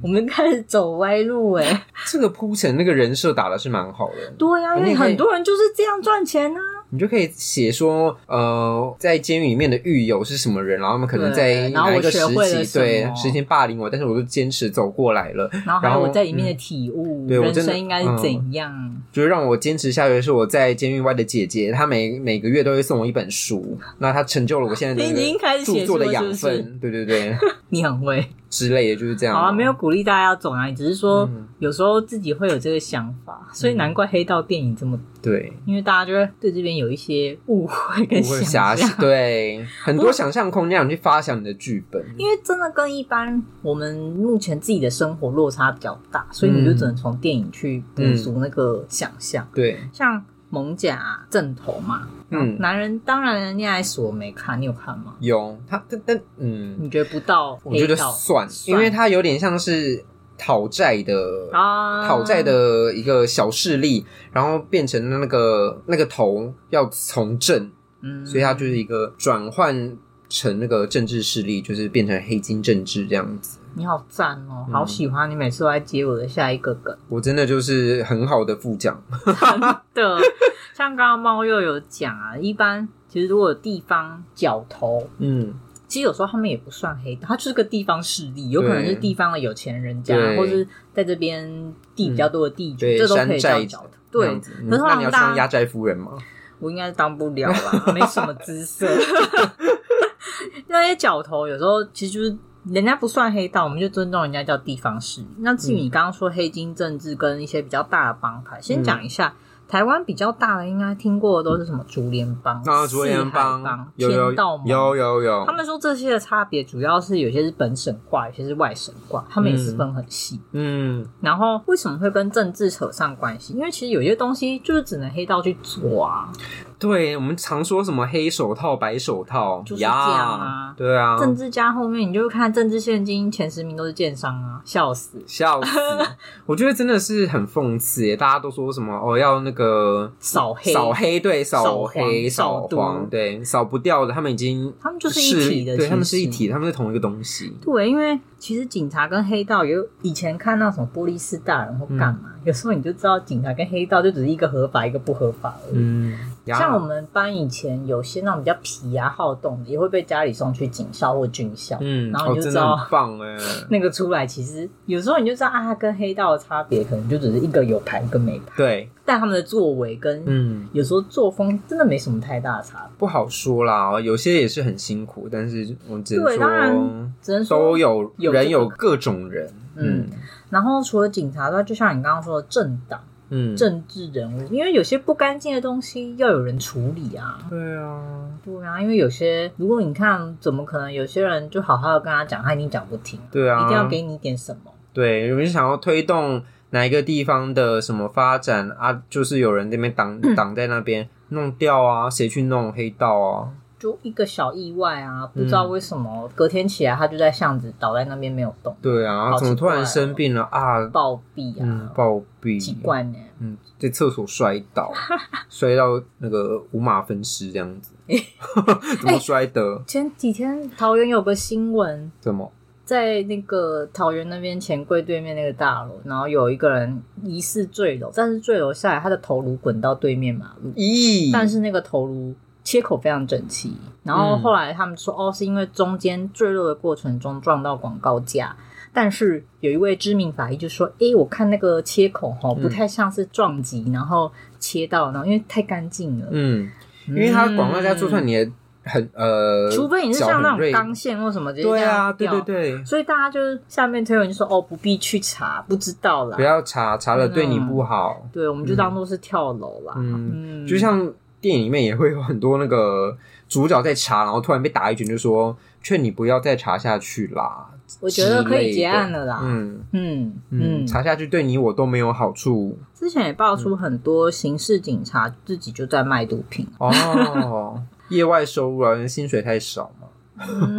Speaker 1: 我们开始走歪路哎、
Speaker 2: 这个铺陈那个人设打的是蛮好的，
Speaker 1: 对呀、因
Speaker 2: 那你
Speaker 1: 为
Speaker 2: 可以
Speaker 1: 很多人就是这样赚钱呢、啊
Speaker 2: 你就可以写说，呃，在监狱里面的狱友是什么人，然后他们可能在
Speaker 1: 对然后
Speaker 2: 哪
Speaker 1: 我
Speaker 2: 一个时
Speaker 1: 学会了
Speaker 2: 期
Speaker 1: 什么
Speaker 2: 对时间霸凌我，但是我就坚持走过来了，
Speaker 1: 然后还
Speaker 2: 然
Speaker 1: 有
Speaker 2: 后
Speaker 1: 我在里面的体悟，
Speaker 2: 嗯对我
Speaker 1: 人
Speaker 2: 真的
Speaker 1: 生应该是怎样？
Speaker 2: 就是让我坚持下去。是我在监狱外的姐姐，她每每个月都会送我一本书，那她成就了我现在 的
Speaker 1: 你已
Speaker 2: 那
Speaker 1: 经
Speaker 2: 个
Speaker 1: 开始
Speaker 2: 著
Speaker 1: 写
Speaker 2: 作
Speaker 1: 书
Speaker 2: 的
Speaker 1: 了，
Speaker 2: 养
Speaker 1: 是不
Speaker 2: 分，
Speaker 1: 是？
Speaker 2: 对对对
Speaker 1: 你很会。
Speaker 2: 之类的，就是这样。
Speaker 1: 好啊，没有鼓励大家要走哪里，只是说
Speaker 2: 嗯
Speaker 1: 有时候自己会有这个想法，所以难怪黑道电影这么
Speaker 2: 对。
Speaker 1: 因为大家就会对这边有一些误会跟
Speaker 2: 不会
Speaker 1: 想象
Speaker 2: 遐想，，对很多想象空间，让你去发想你的剧本。
Speaker 1: 因为真的跟一般我们目前自己的生活落差比较大，所
Speaker 2: 嗯
Speaker 1: 以你就只能从电影去补足那个想象。
Speaker 2: 对，
Speaker 1: 像蒙甲正头嘛，
Speaker 2: 嗯，
Speaker 1: 男人当然的恋爱史我没看，你有看吗？
Speaker 2: 有他，但但嗯，
Speaker 1: 你觉得不到
Speaker 2: 我觉
Speaker 1: 黑
Speaker 2: 得
Speaker 1: 道
Speaker 2: 算，因为它有点像是讨债的。
Speaker 1: 啊
Speaker 2: 讨债的一个小势力，然后变成了那个那个头要从政，
Speaker 1: 嗯
Speaker 2: 所以它就是一个转换成那个政治势力，就是变成黑金政治这样子。
Speaker 1: 你好赞哦，
Speaker 2: 嗯
Speaker 1: 好喜欢你每次都在接我的下一个梗。
Speaker 2: 我真的就是很好的副将，
Speaker 1: 的， 像刚刚猫又有讲啊，一般其实如果地方角头
Speaker 2: 嗯，
Speaker 1: 其实有时候他们也不算黑道，他就是个地方势力，有可能是地方的有钱人家，
Speaker 2: 对嗯
Speaker 1: 或是在这边地比较多的地主，
Speaker 2: 对
Speaker 1: 这都可
Speaker 2: 山
Speaker 1: 以
Speaker 2: 寨
Speaker 1: 叫角头。对
Speaker 2: 那样，子嗯
Speaker 1: 可是通
Speaker 2: 那你要
Speaker 1: 常大
Speaker 2: 当
Speaker 1: 家
Speaker 2: 压寨夫人吗？
Speaker 1: 我应该当不了啦， 没什么姿色。 那些角头有时候其实就是人家不算黑道，我们就尊重人家叫地方势力。那至于你刚刚说黑金政治跟一些比较大的帮派，先讲一下。
Speaker 2: 嗯
Speaker 1: 台湾比较大的，应该听过的都是什么竹联帮、
Speaker 2: 啊，竹联
Speaker 1: 四海帮
Speaker 2: 帮有有
Speaker 1: 天道盟
Speaker 2: 有有有，
Speaker 1: 他们说这些的差别主要是有些是本省挂，有些是外省挂，他们也是分很细。
Speaker 2: 嗯
Speaker 1: 然后为什么会跟政治扯上关系？因为其实有些东西就是只能黑道去做啊，
Speaker 2: 对我们常说什么黑手套、白手套
Speaker 1: 就是这样
Speaker 2: 呀
Speaker 1: 啊，
Speaker 2: 对啊，
Speaker 1: 政治家后面你就看政治现金前十名都是建商啊，笑死！
Speaker 2: 笑 死！我觉得真的是很讽刺耶，大家都说什么哦，要那个
Speaker 1: 扫黑
Speaker 2: 扫黑，对，扫黑、
Speaker 1: 扫
Speaker 2: 扫
Speaker 1: 黄扫
Speaker 2: 黄，
Speaker 1: 毒
Speaker 2: 对，扫不掉的，他们已经
Speaker 1: 他们就是一体的
Speaker 2: 对，
Speaker 1: 其
Speaker 2: 他们是
Speaker 1: 实
Speaker 2: 一体的，他们是同一个东西。
Speaker 1: 对，因为其实警察跟黑道有以前看到什么波利斯大人或干嘛，
Speaker 2: 嗯
Speaker 1: 有时候你就知道警察跟黑道就只是一个合法一个不合法而已。
Speaker 2: 嗯，呀
Speaker 1: 像我们班以前有些那种比较皮啊好动的，也会被家里送去警校或军校，
Speaker 2: 嗯，
Speaker 1: 然后你
Speaker 2: 哦，
Speaker 1: 就
Speaker 2: 真
Speaker 1: 知
Speaker 2: 的
Speaker 1: 道、
Speaker 2: 很棒 哎，
Speaker 1: 那个出来，其实有时候你就知道啊，它跟黑道的差别可能就只是一个有牌，一个没牌，
Speaker 2: 对，
Speaker 1: 但他们的作为跟
Speaker 2: 嗯，
Speaker 1: 有时候作风真的没什么太大的差别。
Speaker 2: 不好说啦，有些也是很辛苦，但是我只能
Speaker 1: 对当
Speaker 2: 说
Speaker 1: 然。只能说
Speaker 2: 都有
Speaker 1: 有
Speaker 2: 人
Speaker 1: 这个
Speaker 2: 有各种人，嗯
Speaker 1: 嗯然后除了警察之外，就像你刚刚说的政党、
Speaker 2: 嗯，
Speaker 1: 政治人物，因为有些不干净的东西要有人处理啊。
Speaker 2: 对啊，
Speaker 1: 对啊，因为有些如果你看，怎么可能有些人就好好的跟他讲，他一定讲不听，
Speaker 2: 对啊，
Speaker 1: 一定要给你一点什么。
Speaker 2: 对，有人想要推动哪一个地方的什么发展啊，就是有人那边挡
Speaker 1: 嗯
Speaker 2: 挡在那边弄掉啊，谁去弄黑道啊？
Speaker 1: 就一个小意外啊，不知道为什么、隔天起来他就在巷子倒在那边没有动，
Speaker 2: 对啊，
Speaker 1: 好
Speaker 2: 怎么
Speaker 1: 奇
Speaker 2: 突然
Speaker 1: 怪哦
Speaker 2: 生病了啊？
Speaker 1: 暴毙
Speaker 2: 嗯，
Speaker 1: 啊，
Speaker 2: 暴毙，
Speaker 1: 奇怪呢。
Speaker 2: 嗯，在厕所摔 倒，摔到那个五马分尸这样 子，怎么摔的？
Speaker 1: 前几天桃园有个新闻，
Speaker 2: 怎么？
Speaker 1: 在那个桃园那边钱柜对面那个大楼，然后有一个人疑似坠楼，但是坠楼下来，他的头颅滚到对面马路，
Speaker 2: 咦？
Speaker 1: 哎但是那个头颅切口非常整齐。然后后来他们说，
Speaker 2: 嗯
Speaker 1: 哦，是因为中间坠落的过程中撞到广告架。但是有一位知名法医就说：“诶，我看那个切口哈，
Speaker 2: 嗯
Speaker 1: 不太像是撞击，然后切到，然后因为太干净了，
Speaker 2: 嗯，因为他广告家就算
Speaker 1: 你，
Speaker 2: 你的很呃，
Speaker 1: 除非你是
Speaker 2: 脚
Speaker 1: 像
Speaker 2: 很
Speaker 1: 那种
Speaker 2: 锐
Speaker 1: 钢线或什么直接
Speaker 2: 对
Speaker 1: 这样
Speaker 2: 啊，对
Speaker 1: 掉
Speaker 2: 对对，
Speaker 1: 所以大家就是下面推文就说哦，不必去查，不知道啦
Speaker 2: 不。要查查了对你
Speaker 1: 嗯
Speaker 2: 不好。
Speaker 1: 对，我们就当做是跳楼啦。
Speaker 2: 嗯
Speaker 1: 嗯
Speaker 2: 就像电影里面也会有很多那个主角在查，然后突然被打一拳，就说劝你不要再查下去啦。
Speaker 1: 我觉得可以
Speaker 2: 之类
Speaker 1: 结
Speaker 2: 的
Speaker 1: 案了啦。
Speaker 2: 嗯
Speaker 1: 嗯
Speaker 2: 嗯，
Speaker 1: 嗯
Speaker 2: 查下去对你我都没有好处
Speaker 1: 之前也爆出很多刑事警察自己就在卖毒品。
Speaker 2: 哦。业外收入啊，因为薪水太少嘛。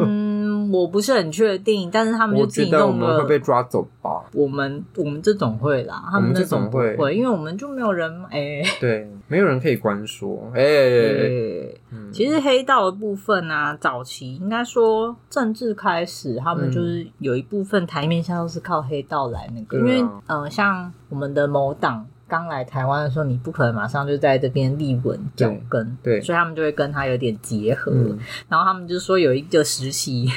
Speaker 1: 嗯，我不是很确定，但是他们
Speaker 2: 我
Speaker 1: 就自
Speaker 2: 觉
Speaker 1: 己
Speaker 2: 得我
Speaker 1: 弄
Speaker 2: 们会
Speaker 1: 了。
Speaker 2: 被抓走吧？
Speaker 1: 我们我们这种会啦，他
Speaker 2: 我们
Speaker 1: 们
Speaker 2: 这
Speaker 1: 那
Speaker 2: 种
Speaker 1: 种不
Speaker 2: 会
Speaker 1: 会，因为我们就没有人哎。
Speaker 2: 对，没有人可以关说。哎、
Speaker 1: 对
Speaker 2: 嗯
Speaker 1: 其实黑道的部分啊，早期应该说政治开始，他
Speaker 2: 嗯
Speaker 1: 们就是有一部分台面下都是靠黑道来那个，
Speaker 2: 对啊
Speaker 1: 因为呃，像我们的某党刚来台湾的时候，你不可能马上就在这边立稳
Speaker 2: 对
Speaker 1: 脚跟，
Speaker 2: 对
Speaker 1: 所以他们就会跟他有点结合，
Speaker 2: 嗯
Speaker 1: 然后他们就说有一个时期。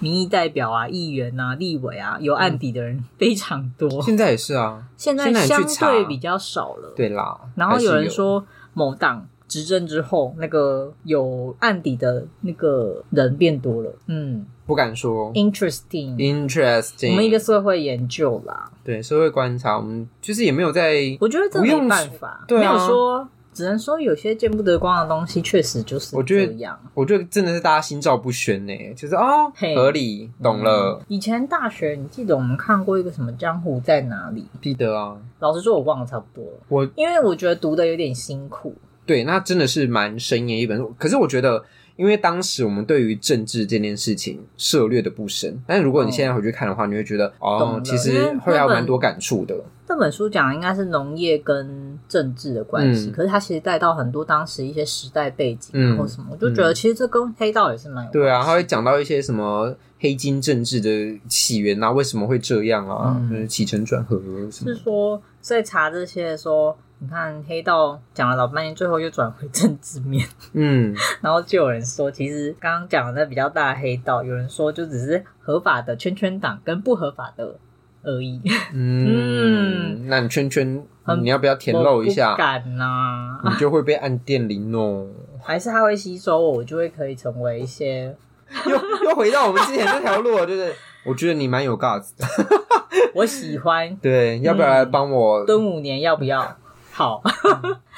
Speaker 1: 民意代表啊、议员啊、立委啊，有案底的人非常多，
Speaker 2: 现在也是啊。
Speaker 1: 现在
Speaker 2: 现嗯在你去
Speaker 1: 相
Speaker 2: 查
Speaker 1: 对比较少了。
Speaker 2: 对啦，
Speaker 1: 然后
Speaker 2: 还是有
Speaker 1: 有人说某党执政之后，那个有案底的那个人变多了。嗯
Speaker 2: 不敢说。
Speaker 1: ，interesting。
Speaker 2: Interesting，
Speaker 1: 我们一个社会研究啦，
Speaker 2: 对社会观察，我们就是也没有在
Speaker 1: 我觉得这
Speaker 2: 不用
Speaker 1: 没办法，
Speaker 2: 对啊
Speaker 1: 没有说，只能说有些见不得光的东西确实就是
Speaker 2: 我觉得
Speaker 1: 这样。
Speaker 2: 我觉得真的是大家心照不宣呢，就是哦，
Speaker 1: 嘿嗯
Speaker 2: 合理，懂了，
Speaker 1: 以前大学，你记得我们看过一个什么《江湖在哪里》？
Speaker 2: 记得啊。
Speaker 1: 老实说，我忘了差不多了。
Speaker 2: 我
Speaker 1: 因为我觉得读的有点辛苦，
Speaker 2: 对，那真的是蛮深夜一本书。可是我觉得，因为当时我们对于政治这件事情涉略的不深，但是如果你
Speaker 1: 嗯
Speaker 2: 现在回去看的话，你会觉得
Speaker 1: 懂
Speaker 2: 哦
Speaker 1: 了，嗯
Speaker 2: 其
Speaker 1: 因
Speaker 2: 实
Speaker 1: 为
Speaker 2: 会
Speaker 1: 那
Speaker 2: 有
Speaker 1: 本
Speaker 2: 蛮多感触的。
Speaker 1: 这本书讲的应该是农业跟政治的关系，
Speaker 2: 嗯
Speaker 1: 可是它其实带到很多当时一些时代背景
Speaker 2: 嗯
Speaker 1: 啊或什么，我就觉得其实这跟黑道也是蛮有
Speaker 2: 对啊，
Speaker 1: 关系
Speaker 2: 他会讲到一些什么黑金政治的起源啊，为什么会这样啊，
Speaker 1: 嗯
Speaker 2: 就是起承转合什
Speaker 1: 是。
Speaker 2: 么
Speaker 1: 说在查这些的时候，你看黑道讲了老半天，最后又转回政治面，
Speaker 2: 嗯，
Speaker 1: 然后就有人说，其实刚刚讲的那比较大的黑道，有人说就只是合法的圈圈党跟不合法的而已，
Speaker 2: 嗯，那你圈圈，
Speaker 1: 很
Speaker 2: 你要不要填漏
Speaker 1: 我
Speaker 2: 一
Speaker 1: 不
Speaker 2: 下？嗯
Speaker 1: 敢呐、
Speaker 2: 你就会被按电铃哦。
Speaker 1: 还是他会吸收我，我就会可以成为一些
Speaker 2: 又又回到我们之前这条路了， 就是我觉得你蛮有 guts 的。
Speaker 1: 我喜欢
Speaker 2: 对，要不要来帮我？
Speaker 1: 蹲五年，要不要？好。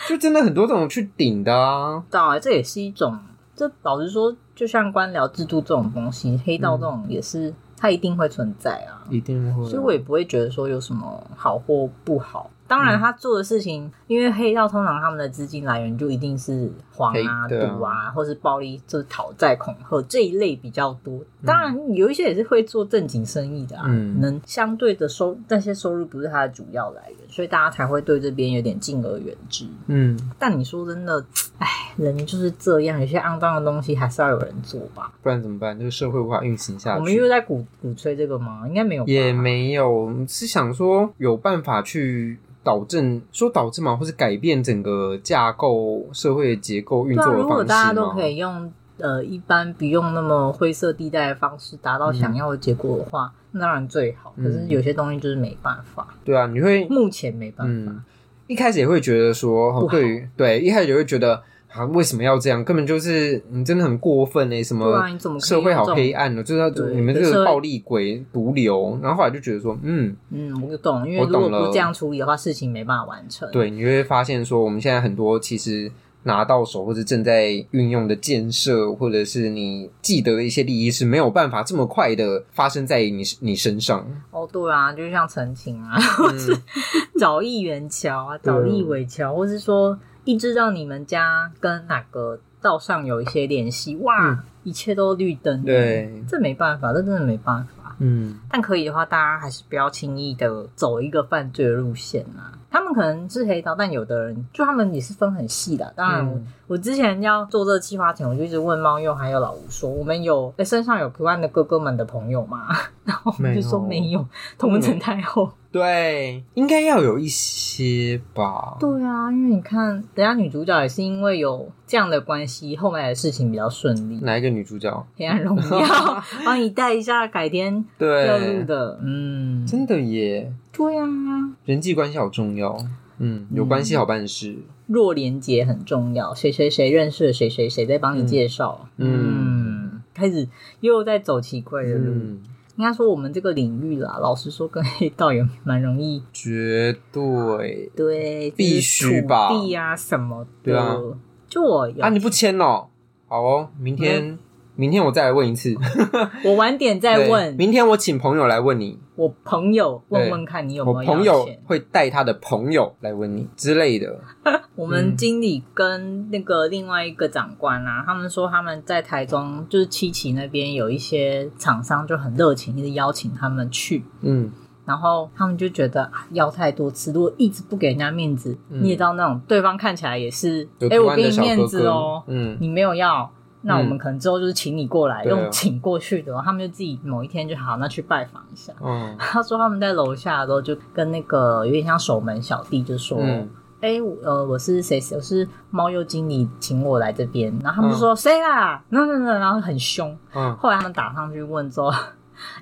Speaker 2: 就真的很多这种去顶的啊。
Speaker 1: 知道啊，这也是一种，这老实说，就像官僚制度这种东西，黑道这种
Speaker 2: 嗯
Speaker 1: 也是，它一定会存在啊。
Speaker 2: 一定会
Speaker 1: 所以我也不会觉得说有什么好或不好，当
Speaker 2: 嗯
Speaker 1: 然，他做的事情，因为黑道通常他们的资金来源就一定是黄啊、
Speaker 2: 黑对啊
Speaker 1: 赌啊，或是暴力，就是讨债、恐吓这一类比较多。当然，有一些也是会做正经生意的啊，
Speaker 2: 嗯
Speaker 1: 可能相对的收那些收入不是他的主要来源，所以大家才会对这边有点敬而远之。
Speaker 2: 嗯，
Speaker 1: 但你说真的，哎，人就是这样，有些肮脏的东西还是要有人做吧。
Speaker 2: 不然怎么办？这个社会无法运行下去。
Speaker 1: 我们又在鼓鼓吹这个吗？应该没有，
Speaker 2: 也。没有，是想说有办法去导正，说导正嘛，或是改变整个架构、社会结构运
Speaker 1: 对
Speaker 2: 作
Speaker 1: 啊，
Speaker 2: 的
Speaker 1: 如果
Speaker 2: 方
Speaker 1: 大家
Speaker 2: 式
Speaker 1: 都
Speaker 2: 嘛。
Speaker 1: 可以用呃一般不用那么灰色地带的方式达
Speaker 2: 嗯
Speaker 1: 到想要的结果的话，那当然最好。可是有些东西就是没办法，
Speaker 2: 对啊，你会
Speaker 1: 目前没办法。
Speaker 2: 嗯，一开始也会觉得说，
Speaker 1: 不
Speaker 2: 哦
Speaker 1: 好
Speaker 2: 对于对，一开始也会觉得啊，为什么要这样？根本就是你真的很过分哎、什
Speaker 1: 对啊，
Speaker 2: 么
Speaker 1: 你怎么可以
Speaker 2: 社会
Speaker 1: 用
Speaker 2: 好
Speaker 1: 这种
Speaker 2: 黑暗哦，就是要
Speaker 1: 对
Speaker 2: 你们这
Speaker 1: 社
Speaker 2: 个
Speaker 1: 会
Speaker 2: 暴力鬼毒瘤。然后后来就觉得说，嗯，
Speaker 1: 嗯，我就懂，因为
Speaker 2: 我
Speaker 1: 如
Speaker 2: 懂
Speaker 1: 果
Speaker 2: 了
Speaker 1: 不这样处理的话，事情没办法完成。，
Speaker 2: 对，你会发现说，我们现在很多其实拿到手或者正在运用的建设，或者是你既得的一些利益是没有办法这么快的发生在你你身上。
Speaker 1: 哦，对啊，就像陈情啊，
Speaker 2: 嗯、
Speaker 1: 找议员桥啊，找立委桥，或是说一知道你们家跟哪个道上有一些联系，哇，
Speaker 2: 嗯
Speaker 1: 一切都绿灯。
Speaker 2: 对，
Speaker 1: 这没办法，这真的没办法。
Speaker 2: 嗯，
Speaker 1: 但可以的话，大家还是不要轻易的走一个犯罪的路线啊。他们可能是黑道，但有的人就他们也是分很细的啊。当然我，
Speaker 2: 嗯
Speaker 1: 我之前要做这个计划前，我就一直问猫鼬还有老吴说，我们有诶身上有破案的哥哥们的朋友吗？ 然后我们就说
Speaker 2: 没
Speaker 1: 没
Speaker 2: 有
Speaker 1: 有，同城太后。
Speaker 2: 对，应该要有一些吧。
Speaker 1: 对啊，因为你看，等一下女主角也是因为有这样的关系，后来的事情比较顺利。
Speaker 2: 哪一个女主角？
Speaker 1: 黑暗荣 耀帮你带一下改天要录
Speaker 2: 对，
Speaker 1: 的，嗯，
Speaker 2: 真的耶，
Speaker 1: 对啊，
Speaker 2: 人际关系好重要。嗯，有关系好办事。
Speaker 1: 弱连接很重要，谁谁谁认识了谁谁谁，在帮你介绍，
Speaker 2: 嗯
Speaker 1: 嗯，开始又在走奇怪的路。
Speaker 2: 嗯，
Speaker 1: 应该说我们这个领域啦，老实说跟黑道也蛮容易，
Speaker 2: 绝对。
Speaker 1: 对，就
Speaker 2: 必
Speaker 1: 是
Speaker 2: 须吧
Speaker 1: 土地啊什么的，
Speaker 2: 对啊，
Speaker 1: 就我有
Speaker 2: 啊，你不签哦？好哦，明天。明天我再来问一次，
Speaker 1: 我晚点嗯 再
Speaker 2: 对
Speaker 1: 问，
Speaker 2: 明天我请朋友来问你，
Speaker 1: 我朋友问问看你有
Speaker 2: 我
Speaker 1: 没有
Speaker 2: 朋
Speaker 1: 要
Speaker 2: 友嗯
Speaker 1: 钱。
Speaker 2: 会带他的朋友来问你之类的。
Speaker 1: 我们经理跟那个另外一个长官啊，他们说他们在台中就是七期那边有一些厂商就很热情，一直邀请他们去。
Speaker 2: 嗯，
Speaker 1: 然后他们就觉得啊要太多次，如果一直不给人家面子，
Speaker 2: 嗯
Speaker 1: 你也知道那种对方看起来也是
Speaker 2: 有，
Speaker 1: 哎，
Speaker 2: 图
Speaker 1: 我
Speaker 2: 案
Speaker 1: 给
Speaker 2: 的
Speaker 1: 你
Speaker 2: 小
Speaker 1: 面
Speaker 2: 哥
Speaker 1: 子哦
Speaker 2: 哥，，嗯
Speaker 1: 你没有要，那我
Speaker 2: 嗯
Speaker 1: 们可能之后就是请你过来，
Speaker 2: 对啊
Speaker 1: 用请过去的哦，他们就自己某一天就好，那去拜访一下。
Speaker 2: 嗯
Speaker 1: 他说他们在楼下的时候就跟那个有点像守门小弟，就说：“哎、
Speaker 2: 嗯
Speaker 1: 我呃，我是谁谁，我是猫鼬经理，请我来这边。”然后他们就说：“谁啦？”那那那，然后很凶。
Speaker 2: 嗯，
Speaker 1: 后来他们打上去问之后，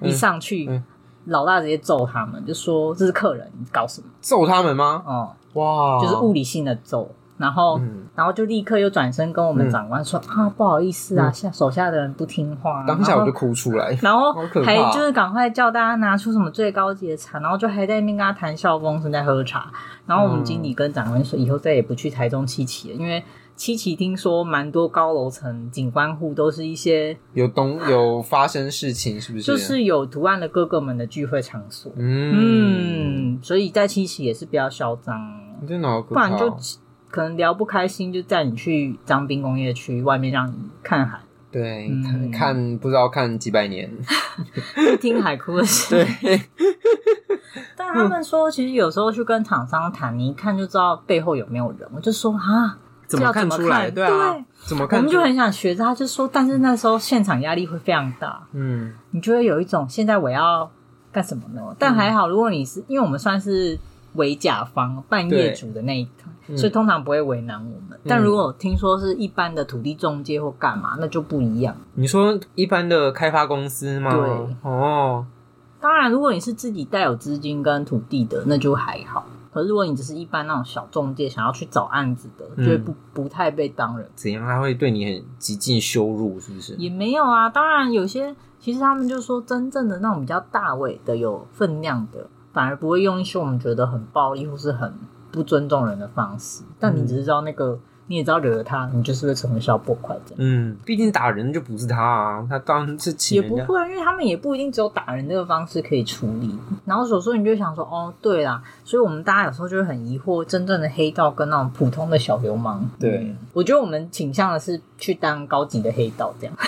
Speaker 2: 嗯
Speaker 1: 一上去、
Speaker 2: 嗯
Speaker 1: 老大直接揍他们，就说：“这是客人，你搞什么
Speaker 2: 揍他们？”吗？
Speaker 1: 哦、
Speaker 2: 哇，
Speaker 1: 就是物理性的揍。然后，
Speaker 2: 嗯
Speaker 1: 然后就立刻又转身跟我们长官说：“啊，不好意思啊，下手下的人不听话。”
Speaker 2: 嗯
Speaker 1: 啊
Speaker 2: 当下我
Speaker 1: 然后
Speaker 2: 就哭出来。
Speaker 1: 然后
Speaker 2: 好可怕
Speaker 1: 还就是赶快叫大家拿出什么最高级的茶，然后就还在那边跟他谈笑风生在喝茶。然后我
Speaker 2: 嗯
Speaker 1: 们经理跟长官说，以后再也不去台中七期了，因为七期听说蛮多高楼层景观户都是一些
Speaker 2: 有东有发生事情是不是？
Speaker 1: 就是有图案的哥哥们的聚会场所。
Speaker 2: 嗯，
Speaker 1: 嗯，所以在七期也是不要嚣张，
Speaker 2: 你真的好可
Speaker 1: 不
Speaker 2: 怕哦。
Speaker 1: 然就可能聊不开心，就带你去张滨工业区外面让你看海，
Speaker 2: 对
Speaker 1: 嗯
Speaker 2: 看看不知道看几百年。
Speaker 1: 就听海哭的声音。
Speaker 2: 对，
Speaker 1: 但
Speaker 2: 嗯
Speaker 1: 他们说，其实有时候去跟厂商谈，你一看就知道背后有没有人。我就说啊，
Speaker 2: 怎么看出来？
Speaker 1: 这要怎么看
Speaker 2: 啊，怎么
Speaker 1: 我
Speaker 2: 看
Speaker 1: 们
Speaker 2: 出？
Speaker 1: 就很想学着他，就说，但是那时候现场压力会非常大，
Speaker 2: 嗯
Speaker 1: 你就会有一种现在我要干什么呢？但还好，如果你是因为我们算是为甲方办业主的那一
Speaker 2: 嗯
Speaker 1: 方，所以通常不会为难我们。但如果听说是一般的土地中介或干嘛，那就不一样。
Speaker 2: 你说一般的开发公司吗？
Speaker 1: 对，
Speaker 2: 哦，
Speaker 1: 当然，如果你是自己带有资金跟土地的，那就还好。可是如果你只是一般那种小中介，想要去找案子的，
Speaker 2: 嗯
Speaker 1: 就会不不太被当人。
Speaker 2: 怎样？他会对你很极尽羞辱，是不是？
Speaker 1: 也没有啊，当然有些其实他们就说，真正的那种比较大尾的、有分量的，反而不会用一些我们觉得很暴力或是很不尊重人的方式。但你只是知道那个你也知道惹了他，你就是会成为小破坏这样。
Speaker 2: 嗯，毕竟打人就不是他啊，他当然是请
Speaker 1: 也
Speaker 2: 人
Speaker 1: 不
Speaker 2: 家。
Speaker 1: 会啊，因为他们也不一定只有打人这个方式可以处理。然后有时候你就想说，哦，对啦，所以我们大家有时候就会很疑惑，真正的黑道跟那种普通的小流氓。
Speaker 2: 对
Speaker 1: 嗯我觉得我们倾向的是去当高级的黑道这样。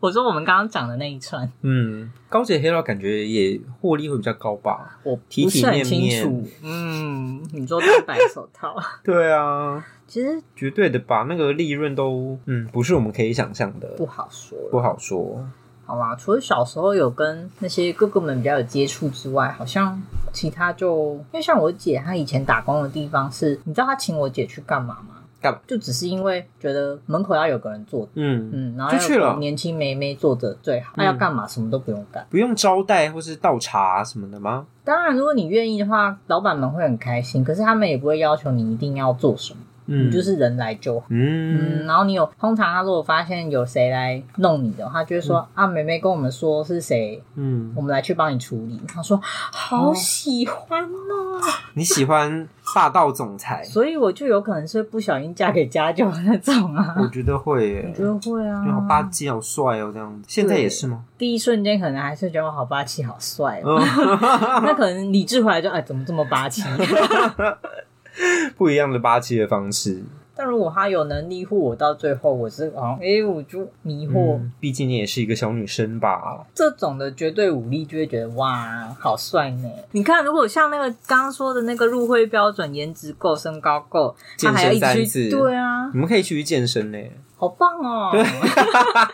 Speaker 1: 我说我们刚刚讲的那一串，
Speaker 2: 嗯，高级黑道感觉也获利会比较高吧？
Speaker 1: 我
Speaker 2: 体
Speaker 1: 不是很
Speaker 2: 面
Speaker 1: 清
Speaker 2: 面
Speaker 1: 楚。嗯，你说戴白手套，
Speaker 2: 对啊，
Speaker 1: 其实
Speaker 2: 绝对的吧，那个利润都嗯不是我们可以想象的，
Speaker 1: 不好说。
Speaker 2: 不好说。
Speaker 1: 好啦，除了小时候有跟那些哥哥们比较有接触之外，好像其他就因为像我姐，她以前打工的地方是，你知道她请我姐去干嘛吗？
Speaker 2: 干嘛？
Speaker 1: 就只是因为觉得门口要有个人坐着，
Speaker 2: 嗯，
Speaker 1: 嗯，然后要有
Speaker 2: 就去了
Speaker 1: 个年轻妹妹坐着最好。那、
Speaker 2: 嗯
Speaker 1: 要干嘛？什么都不用干。
Speaker 2: 不用招待或是倒茶什么的吗？
Speaker 1: 当然，如果你愿意的话，老板们会很开心，可是他们也不会要求你一定要做什么，
Speaker 2: 嗯，
Speaker 1: 你就是人来就好。嗯，
Speaker 2: 嗯
Speaker 1: 然后你有通常他如果发现有谁来弄你的话，他就会说、啊，妹妹跟我们说是谁
Speaker 2: 嗯
Speaker 1: 我，们来去帮你处理。他说好喜欢哦，
Speaker 2: 你喜欢霸道总裁？
Speaker 1: 所以我就有可能是不小心嫁给家教的那种啊。
Speaker 2: 我觉得会耶，
Speaker 1: 我觉得会
Speaker 2: 因为好霸
Speaker 1: 啊，
Speaker 2: 气、好帅哦，这样子。现在也是吗？
Speaker 1: 第一瞬间可能还是觉得我好霸气、好帅、哦。
Speaker 2: 嗯，
Speaker 1: 那可能理智回来就哎，怎么这么霸气？
Speaker 2: 不一样的霸气的方式。
Speaker 1: 但如果他有能力护我到最后，我是好像哎、我就迷惑、
Speaker 2: 嗯，毕竟你也是一个小女生吧？
Speaker 1: 这种的绝对武力，就会觉得哇，好帅呢！你看，如果像那个刚刚说的那个入会标准，颜值够、身高够，他
Speaker 2: 健
Speaker 1: 还要
Speaker 2: 身
Speaker 1: 一
Speaker 2: 三
Speaker 1: 直
Speaker 2: 次，
Speaker 1: 去对啊，
Speaker 2: 你们可以去健身嘞。
Speaker 1: 好棒哦！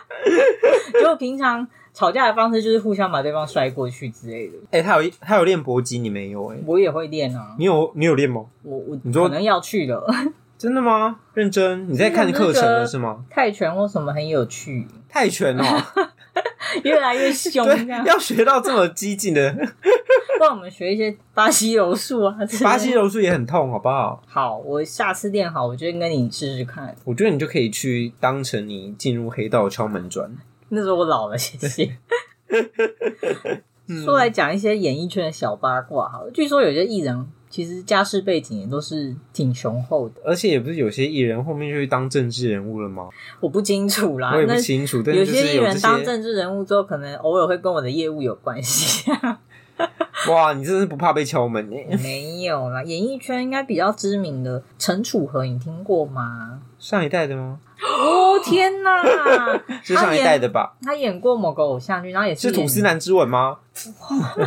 Speaker 1: 就平常吵架的方式就是互相把对方摔过去之类的。
Speaker 2: 哎、他有他有练搏击，你没有哎、
Speaker 1: 我也会练啊，
Speaker 2: 你有你有练吗？
Speaker 1: 我我
Speaker 2: 你说
Speaker 1: 可能要去了
Speaker 2: 真的吗？认真？你在看课程
Speaker 1: 那
Speaker 2: 了
Speaker 1: 个
Speaker 2: 是吗？
Speaker 1: 泰拳或什么很有趣，
Speaker 2: 泰拳哦、
Speaker 1: 越来越凶这
Speaker 2: 对
Speaker 1: 样，。
Speaker 2: 要学到这么激进的
Speaker 1: 帮我们学一些巴西柔术啊，之类的
Speaker 2: 巴西柔术也很痛，好不好？
Speaker 1: 好，我下次练好，我就跟你试试看。
Speaker 2: 我觉得你就可以去当成你进入黑道的敲门砖。
Speaker 1: 那时候我老了，谢 谢。
Speaker 2: 嗯
Speaker 1: 说来讲一些演艺圈的小八卦好了，据说有些艺人其实家世背景也都是挺雄厚的，
Speaker 2: 而且也不是有些艺人后面就去当政治人物了吗？
Speaker 1: 我不清楚啦。
Speaker 2: 我也不
Speaker 1: 啊那
Speaker 2: 清楚，但
Speaker 1: 有
Speaker 2: 是就是
Speaker 1: 些艺
Speaker 2: 有这
Speaker 1: 人当
Speaker 2: 些
Speaker 1: 政治人物之后，可能偶尔会跟我的业务有关系。啊
Speaker 2: 哇，你真的是不怕被敲门耶、
Speaker 1: 没有啦，演艺圈应该比较知名的陈楚河，你听过 吗？
Speaker 2: 上一代的吗？
Speaker 1: 哦天哪，
Speaker 2: 是上一代的吧？
Speaker 1: 他演过某个偶像剧，然后也
Speaker 2: 是
Speaker 1: 演
Speaker 2: 吐司。男之吻吗？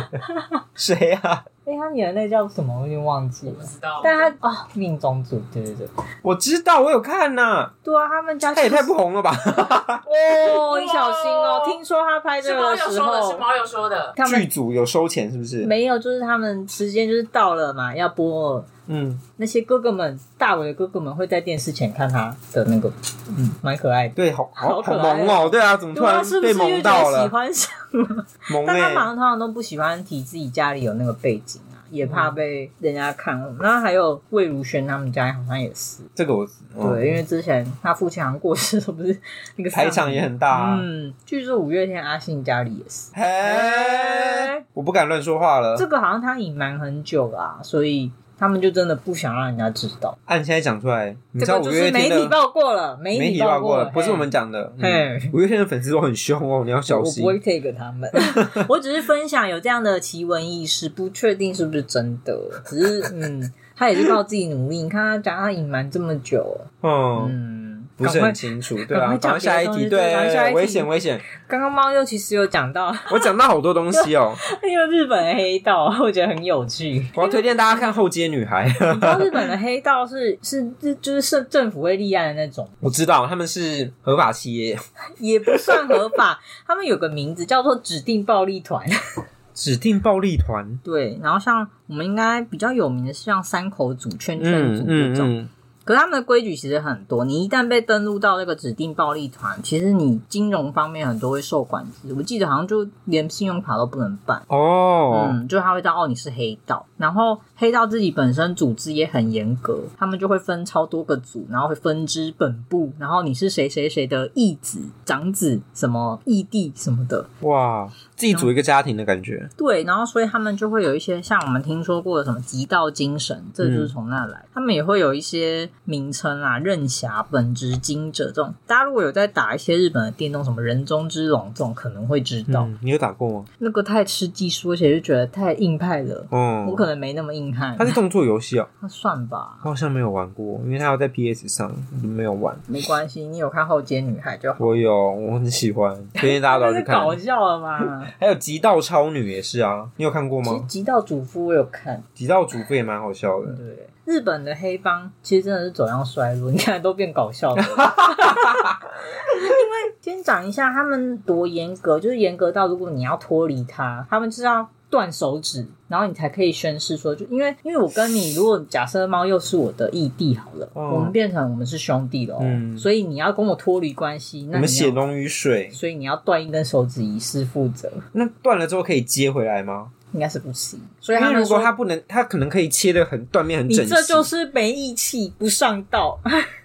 Speaker 2: 谁啊？
Speaker 1: 哎、他演的那叫什么？我有点忘记了
Speaker 3: 不。知道。
Speaker 1: 但他啊、命中注，对对对，
Speaker 2: 我知道，我有看呐、
Speaker 1: 对啊，他们家
Speaker 2: 他也太不红了吧！
Speaker 1: 哦，你小心哦！
Speaker 3: 哇
Speaker 1: 听说他拍这
Speaker 3: 是
Speaker 1: 个
Speaker 3: 猫
Speaker 1: 的
Speaker 3: 友
Speaker 1: 时
Speaker 3: 说的，是
Speaker 1: 候，
Speaker 3: 猫友说的。
Speaker 1: 他
Speaker 2: 剧
Speaker 1: 们
Speaker 2: 组有收钱是不是？
Speaker 1: 没有，就是他们时间就是到了嘛，要播了。
Speaker 2: 嗯，
Speaker 1: 那些哥哥们，大伟的哥哥们会在电视前看他的那个，嗯，蛮可爱的。
Speaker 2: 对，好好
Speaker 1: 好可
Speaker 2: 好
Speaker 1: 爱
Speaker 2: 萌哦、对啊，怎么突
Speaker 1: 对啊，
Speaker 2: 然
Speaker 1: 是不
Speaker 2: 被
Speaker 1: 是又
Speaker 2: 萌
Speaker 1: 觉
Speaker 2: 到
Speaker 1: 得喜
Speaker 2: 了？
Speaker 1: 欢上？
Speaker 2: 萌
Speaker 1: 但
Speaker 2: 妹、
Speaker 1: 他常常都不喜欢提自己家里有那个背景啊，
Speaker 2: 嗯
Speaker 1: 也怕被人家看。然后还有魏如萱他们家好像也是，
Speaker 2: 这个我、嗯
Speaker 1: 对，因为之前他父亲好像过世，不是那个
Speaker 2: 排场也很大、啊。
Speaker 1: 嗯，据说五月天阿信家里也是。
Speaker 2: 嘿，我不敢乱说话了。
Speaker 1: 这个好像他隐瞒很久啦、所以他们就真的不想让人家知道。
Speaker 2: 按现在讲出来，你知道
Speaker 1: 这
Speaker 2: 五
Speaker 1: 个就是
Speaker 2: 月
Speaker 1: 媒
Speaker 2: 天
Speaker 1: 体
Speaker 2: 的
Speaker 1: 报过了，媒
Speaker 2: 媒体
Speaker 1: 报
Speaker 2: 报过了，
Speaker 1: 了，
Speaker 2: 不是
Speaker 1: 嘿
Speaker 2: 我们。讲的。嗯
Speaker 1: 嘿，
Speaker 2: 五月天的粉丝都很凶哦，你要小
Speaker 1: 我
Speaker 2: 心
Speaker 1: 不。会 take 他们， 我只是分享有这样的奇闻异事，不确定是不是真的，只是嗯，他也是靠自己努力。你看他讲他隐瞒这么久，
Speaker 2: 嗯，
Speaker 1: 嗯，
Speaker 2: 不是
Speaker 1: 赶快
Speaker 2: 很清楚。对
Speaker 1: 赶
Speaker 2: 啊，
Speaker 1: 快
Speaker 2: 赶
Speaker 1: 讲
Speaker 2: 快下
Speaker 1: 别
Speaker 2: 一
Speaker 1: 的东
Speaker 2: 题，
Speaker 1: 西
Speaker 2: 对
Speaker 1: 赶快下一
Speaker 2: 对，
Speaker 1: 题
Speaker 2: 危险危险！
Speaker 1: 刚刚猫又其实有讲到
Speaker 2: 我讲到好多东西 哦，
Speaker 1: 那个日本黑道，我觉得很有 趣。
Speaker 2: 我要推荐大家看《后街女孩》。
Speaker 1: 你知道日本的黑道是是是就是政政府会立案的那种，
Speaker 2: 我知道他们是合法企业，
Speaker 1: 也不算合法。 他们有个名字叫做指定暴力团，
Speaker 2: 指定暴力团。
Speaker 1: 对。然后像我们应该比较有名的是像三口组、圈圈
Speaker 2: 嗯
Speaker 1: 组这
Speaker 2: 嗯
Speaker 1: 种，
Speaker 2: 嗯，
Speaker 1: 可是他们的规矩其实很多。你一旦被登录到那个指定暴力团，其实你金融方面很多会受管制。我记得好像就连信用卡都不能办，
Speaker 2: 哦，
Speaker 1: 嗯，就他会知道哦你是黑道。然后黑道自己本身组织也很严格，他们就会分超多个组，然后会分支本部，然后你是谁谁谁的义子、长子、什么义弟什么的，
Speaker 2: 哇，自己组一个家庭的感觉，
Speaker 1: 对，然后所以他们就会有一些像我们听说过的什么极道精神，这
Speaker 2: 嗯
Speaker 1: 就是从那来。他们也会有一些名称啊，任侠、本职、经者这种。大家如果有在打一些日本的电动，什么人中之龙这种，可能会知道、
Speaker 2: 嗯，你有打过吗？
Speaker 1: 那个太吃技术，而且就觉得太硬派了。我
Speaker 2: 嗯，
Speaker 1: 可能没那么硬汉
Speaker 2: 它，是动作游戏哦，
Speaker 1: 那算吧，
Speaker 2: 我好像没有玩过，因为它要在 PS 上，没有玩。
Speaker 1: 没关系。你有看《后街女孩》就好，
Speaker 2: 我有，我很喜 欢，推荐大家都
Speaker 1: 那
Speaker 2: 要去
Speaker 1: 是
Speaker 2: 看。
Speaker 1: 搞笑了 嘛？
Speaker 2: 还有《极道超女》也是啊，你有看过
Speaker 1: 其实《
Speaker 2: 吗？
Speaker 1: 极道主夫》我有看，
Speaker 2: 《极嗯道主妇》也蛮好笑的，
Speaker 1: 对，日本的黑帮其实真的是走向衰落，你看都变搞笑了。因为先讲一下他们多严格，就是严格到如果你要脱离他，他们就是要断手指，然后你才可以宣誓说，就因为因为我跟你，如果假设猫又是我的义弟好了，
Speaker 2: 嗯
Speaker 1: 我们变成我们是兄弟了、哦，
Speaker 2: 嗯
Speaker 1: 所以你要跟我脱离关系，
Speaker 2: 我
Speaker 1: 那
Speaker 2: 们
Speaker 1: 你
Speaker 2: 血
Speaker 1: 要。
Speaker 2: 浓于水。
Speaker 1: 所以你要断一根手指以示负责，
Speaker 2: 那断了之后可以接回来吗？
Speaker 1: 应该是不行。所以
Speaker 2: 因
Speaker 1: 他
Speaker 2: 为
Speaker 1: 们
Speaker 2: 如果
Speaker 1: 说
Speaker 2: 它不能，它可能可以切的很断面很
Speaker 1: 你
Speaker 2: 整齐，
Speaker 1: 这就是没义气，不上道。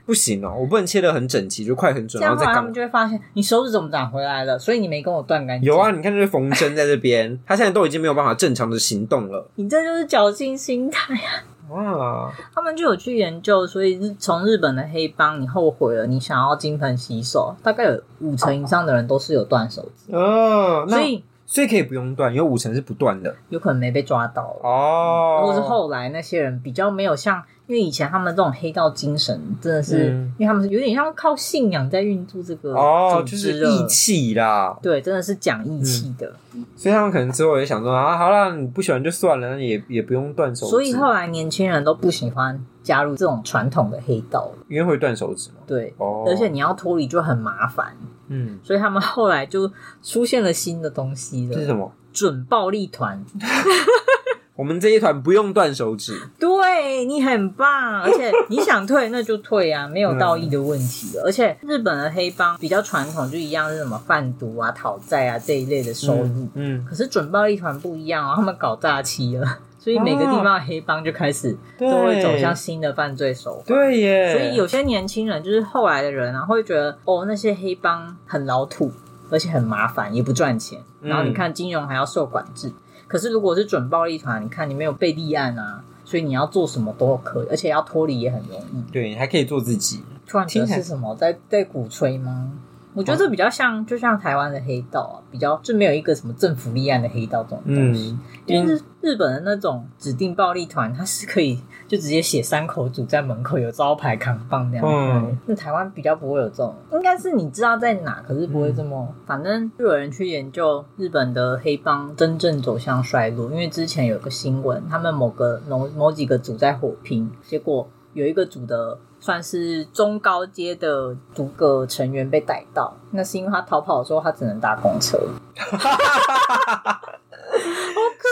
Speaker 2: 不行哦，我不能切的很整齐，就快很
Speaker 1: 这
Speaker 2: 准，然
Speaker 1: 样
Speaker 2: 后
Speaker 1: 后
Speaker 2: 再
Speaker 1: 来他
Speaker 2: 干
Speaker 1: 们
Speaker 2: 嘛？
Speaker 1: 就会发现你手指怎么长回来了，所以你没跟我断干净。
Speaker 2: 有啊，，你看这个缝针在这边， 它现在都已经没有办法正常的行动了。
Speaker 1: 你这就是侥幸心态啊！
Speaker 2: 哇，
Speaker 1: 他们就有去研究，所以日从日本的黑帮，你后悔了，你想要金盆洗手，大概有五成以上的人都是有断手指，
Speaker 2: 哦，那
Speaker 1: 所以
Speaker 2: 所以可以不用断，有五成是不断的
Speaker 1: 有可能没被抓到。
Speaker 2: 哦。
Speaker 1: 嗯或是后来那些人比较没有像，因为以前他们这种黑道精神真的是，
Speaker 2: 嗯
Speaker 1: 因为他们是有点像靠信仰在运作这个
Speaker 2: 哦，
Speaker 1: 组
Speaker 2: 就是
Speaker 1: 织了
Speaker 2: 义气嗯啦，
Speaker 1: 对，真的是讲义气的。
Speaker 2: 所以他们可能之后也想说啊，好啦，你不喜欢就算了，那也也不用断手指，
Speaker 1: 所以后来年轻人都不喜欢加入这种传统的黑道了，
Speaker 2: 因为会断手指嘛。
Speaker 1: 对，
Speaker 2: 哦，
Speaker 1: 而且你要脱离就很麻烦，
Speaker 2: 嗯，
Speaker 1: 所以他们后来就出现了新的东西
Speaker 2: 这是
Speaker 1: 了，
Speaker 2: 什么？
Speaker 1: 准暴力团。
Speaker 2: 我们这一团不用断手指，
Speaker 1: 对你很棒，而 且你想退那就退啊，没有道义的问题了。而且日本的黑帮比较传统，就一样是什么贩毒啊、讨债啊这一类的收入。
Speaker 2: 嗯嗯，
Speaker 1: 可是准暴力团不一样哦，他们搞诈欺了，所以每个地方的黑帮就开始
Speaker 2: 哦对
Speaker 1: 都会走向新的犯罪手法。
Speaker 2: 对耶，
Speaker 1: 所以有些年轻人，就是后来的人啊，会觉得哦，那些黑帮很老土，而且很麻烦，也不赚钱。
Speaker 2: 嗯
Speaker 1: 然后你看金融还要受管制，可是如果是准暴力团，你看你没有被立案啊，所以你要做什么都可以，而且要脱离也很容易。
Speaker 2: 对你还可以做自己，
Speaker 1: 突然觉得
Speaker 2: 听起来
Speaker 1: 是什么在在鼓吹吗？我觉得这比较像，就像台湾的黑道啊，比较就没有一个什么政府立案的黑道这种东西。
Speaker 2: 嗯，
Speaker 1: 因为日日本的那种指定暴力团，它是可以就直接写山口组在门口有招牌扛棒那样。
Speaker 2: 嗯，
Speaker 1: 那台湾比较不会有这种，应该是你知道在哪，可是不会这么。
Speaker 2: 嗯
Speaker 1: 反正就有人去研究日本的黑帮真正走向衰落，因为之前有个新闻，他们某个某某几个组在火拼，结果有一个组的。算是中高阶的逐格成员被逮到，那是因为他逃跑的时候，他只能搭公车，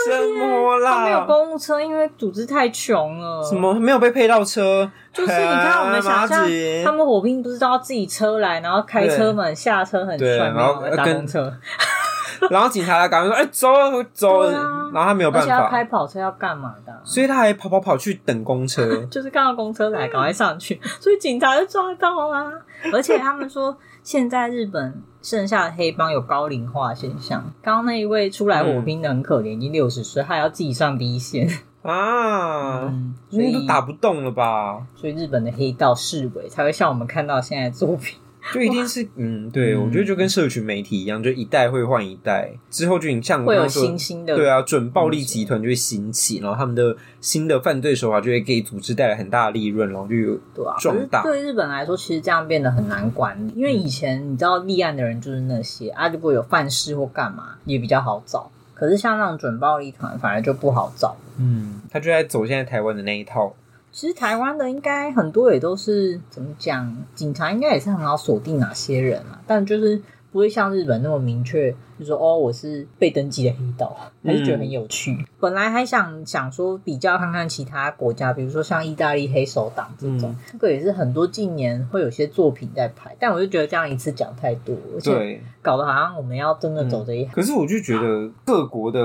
Speaker 2: 什么
Speaker 1: 他没有
Speaker 2: 啦？
Speaker 1: 公务车，因为组织太穷了。
Speaker 2: 什么没有被配到车？
Speaker 1: 就是你看，我们想象
Speaker 2: 哎麻吉
Speaker 1: 他们火拼不是都要自己车来，然后开车门下车很
Speaker 2: 对
Speaker 1: 帅，没
Speaker 2: 然后
Speaker 1: 有搭
Speaker 2: 跟
Speaker 1: 公车，
Speaker 2: 然后警察来赶快说：“哎、走啊走啊！”
Speaker 1: 对啊
Speaker 2: 然后他没有
Speaker 1: 而
Speaker 2: 办
Speaker 1: 且要开
Speaker 2: 法，
Speaker 1: 跑车要干嘛的啊、。
Speaker 2: 所以他还跑跑跑去等公车
Speaker 1: 就是看到公车来，赶快上去， 所以警察就抓到啦、而且他们说，现在日本剩下的黑帮有高龄化现象。刚刚那一位出来火拼的很可怜，已经六十岁，他还要自己上第一线，
Speaker 2: 啊，
Speaker 1: 嗯，所
Speaker 2: 因为
Speaker 1: 以
Speaker 2: 都打不动了吧？
Speaker 1: 所以日本的黑道视为才会像我们看到现在的作品。
Speaker 2: 就一定是嗯，对，
Speaker 1: 嗯
Speaker 2: 我觉得就跟社群媒体一样，就一代会换一代，之后就你像我
Speaker 1: 会有
Speaker 2: 刚刚说
Speaker 1: 新兴的嗯
Speaker 2: 对啊，准暴力集团就会兴起，然后他们的新的犯罪手法就会给组织带来很大的利润，然后就有
Speaker 1: 对啊，
Speaker 2: 壮大
Speaker 1: 可是对日本来说，其实这样变得很难管理，因为以前你知道立案的人就是那些啊，如果有犯事或干嘛也比较好找。可是像那种准暴力团，反而就不好找。
Speaker 2: 嗯，他就在走现在台湾的那一套，
Speaker 1: 其实台湾的应该很多也都是怎么讲，警察应该也是很好锁定哪些人啊，但就是不会像日本那么明确，就说哦，我是被登记的黑道，还是觉得很有趣。
Speaker 2: 嗯
Speaker 1: 本来还想想说比较看看其他国家，比如说像意大利黑手党这
Speaker 2: 嗯
Speaker 1: 种，这个也是很多近年会有些作品在拍，但我就觉得这样一次讲太多，而且
Speaker 2: 对，嗯
Speaker 1: 搞得好像我们要真的走这一行
Speaker 2: 可是我就觉得各国的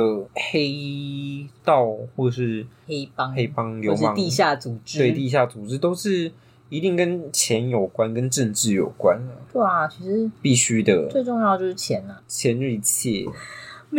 Speaker 2: 黑道或是
Speaker 1: 黑帮、
Speaker 2: 黑帮、流
Speaker 1: 或是
Speaker 2: 氓、
Speaker 1: 地下组织，
Speaker 2: 对地下组织都是一定跟钱有关，跟政治有关，
Speaker 1: 对啊，其实
Speaker 2: 必须的，
Speaker 1: 最重要就是钱啊，
Speaker 2: 钱就一切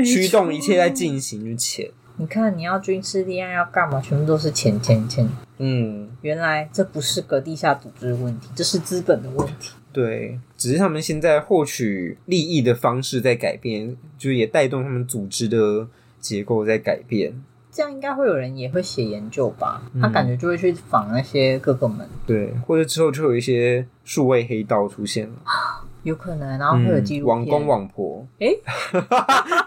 Speaker 2: 驱动一切在进行，就钱。
Speaker 1: 你看，你要军事力量要干嘛？全部都是钱钱钱。
Speaker 2: 嗯，
Speaker 1: 原来这不是个地下组织的问题，这是资本的问题。
Speaker 2: 对，只是他们现在获取利益的方式在改变，就是也带动他们组织的结构在改变。
Speaker 1: 这样应该会有人也会写研究吧？
Speaker 2: 嗯
Speaker 1: 他感觉就会去访那些哥哥们，
Speaker 2: 对，或者之后就有一些数位黑道出现了，嗯
Speaker 1: 有可能，然后会有纪录片、
Speaker 2: 网公网婆，
Speaker 1: 诶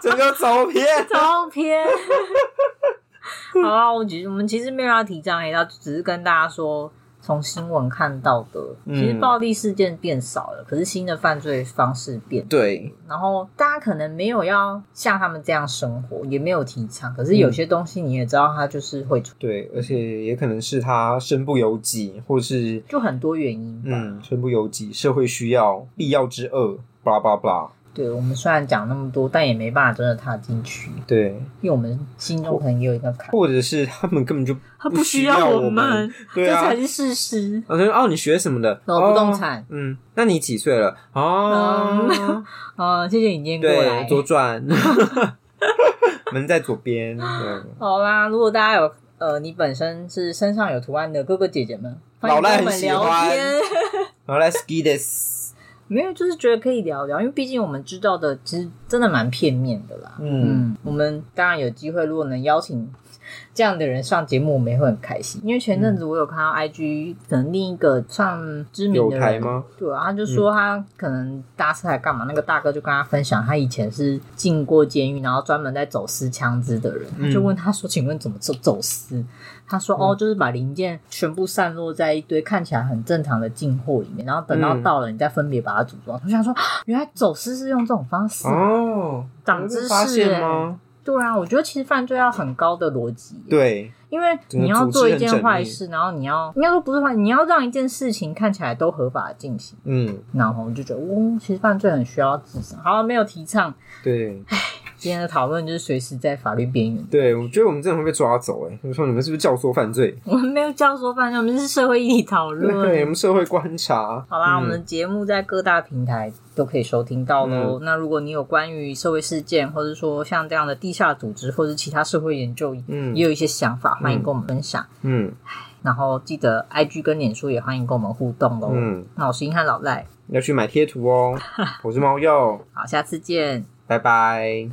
Speaker 2: 整个走偏。
Speaker 1: 照片。
Speaker 2: 嗯
Speaker 1: 好啊，我其实我们其实没有要提倡黑道，只是跟大家说，从新闻看到的，
Speaker 2: 嗯
Speaker 1: 其实暴力事件变少了，可是新的犯罪方式变多
Speaker 2: 对，
Speaker 1: 然后大家可能没有要像他们这样生活，也没有提倡，可是有些东西你也知道，它就是会出，
Speaker 2: 对，而且也可能是他身不由己，或是
Speaker 1: 就很多原因吧。
Speaker 2: 嗯，身不由己，社会需要，必要之恶，巴拉巴拉巴拉。
Speaker 1: 对我们虽然讲那么多，但也没办法真的踏进去，
Speaker 2: 对，
Speaker 1: 因为我们心中可能也有一个坎，
Speaker 2: 或者是他们根本就
Speaker 1: 他
Speaker 2: 不需要我们，对啊，
Speaker 1: 是事实。
Speaker 2: 我说哦，你学什么的？
Speaker 1: 哦不动产
Speaker 2: 哦嗯，那你几岁了？哦，
Speaker 1: 啊，谢谢你今天过来
Speaker 2: 对，。左转， 门在左边。对
Speaker 1: 好啦，如果大家有呃，你本身是身上有图案的哥哥姐姐们，欢
Speaker 2: 老
Speaker 1: 迎
Speaker 2: 赖
Speaker 1: 跟我
Speaker 2: 很
Speaker 1: 们
Speaker 2: 喜
Speaker 1: 聊
Speaker 2: 欢
Speaker 1: 天。
Speaker 2: 然后来 ski this，
Speaker 1: 没有，就是觉得可以聊聊，因为毕竟我们知道的其实真的蛮片面的啦。
Speaker 2: 嗯
Speaker 1: 我们当然有机会，如果能邀请这样的人上节目，我们也会很开心。因为前
Speaker 2: 嗯
Speaker 1: 阵子我有看到 IG，、可能另一个算知名
Speaker 2: 有
Speaker 1: 的
Speaker 2: 台
Speaker 1: 人，
Speaker 2: 吗？嗯
Speaker 1: 对啊，他就说他可能搭车来干嘛，那个大哥就跟他分享，他以前是进过监狱，然后专门在走私枪支的人，
Speaker 2: 嗯
Speaker 1: 他就问他说：“请问怎么走走私？”他说：“哦，就是把零件全部散落在一堆看起来很正常的进货里面，然后等到
Speaker 2: 嗯
Speaker 1: 到了，你再分别把它组装。”我想说，啊原来走私是用这种方式。
Speaker 2: 哦，
Speaker 1: 长知识欸
Speaker 2: 发现吗？
Speaker 1: 对啊，我觉得其实犯罪要很高的逻辑，，
Speaker 2: 对，
Speaker 1: 因为
Speaker 2: 整个
Speaker 1: 你要
Speaker 2: 组织
Speaker 1: 做一
Speaker 2: 很
Speaker 1: 件
Speaker 2: 缜密
Speaker 1: 坏事，然后你要应该说不是坏，你要让一件事情看起来都合法地进行。
Speaker 2: 嗯，
Speaker 1: 然后我就觉得，嗡、其实犯罪很需要智商。好，没有提倡。
Speaker 2: 对，
Speaker 1: 今天的讨论就是随时在法律边缘。
Speaker 2: 对，我觉得我们真的会被抓走哎、欸！我说你们是不是教唆犯罪？
Speaker 1: 我们没有教唆犯罪，我们是社会议题讨
Speaker 2: 对，我
Speaker 1: 论。
Speaker 2: 们社会观察。
Speaker 1: 好啦，
Speaker 2: 嗯
Speaker 1: 我们节目在各大平台都可以收听到
Speaker 2: 嗯
Speaker 1: 喽。那如果你有关于社会事件，或者说像这样的地下组织，或者其他社会研究，
Speaker 2: 嗯
Speaker 1: 也有一些想法，欢迎跟我们分享。
Speaker 2: 嗯
Speaker 1: 然后记得 IG 跟脸书也欢迎跟我们互动喽。
Speaker 2: 嗯，
Speaker 1: 那我是硬汉老赖，
Speaker 2: 要去买贴图哦。我是猫鼬，
Speaker 1: 好，下次见。
Speaker 2: 拜拜。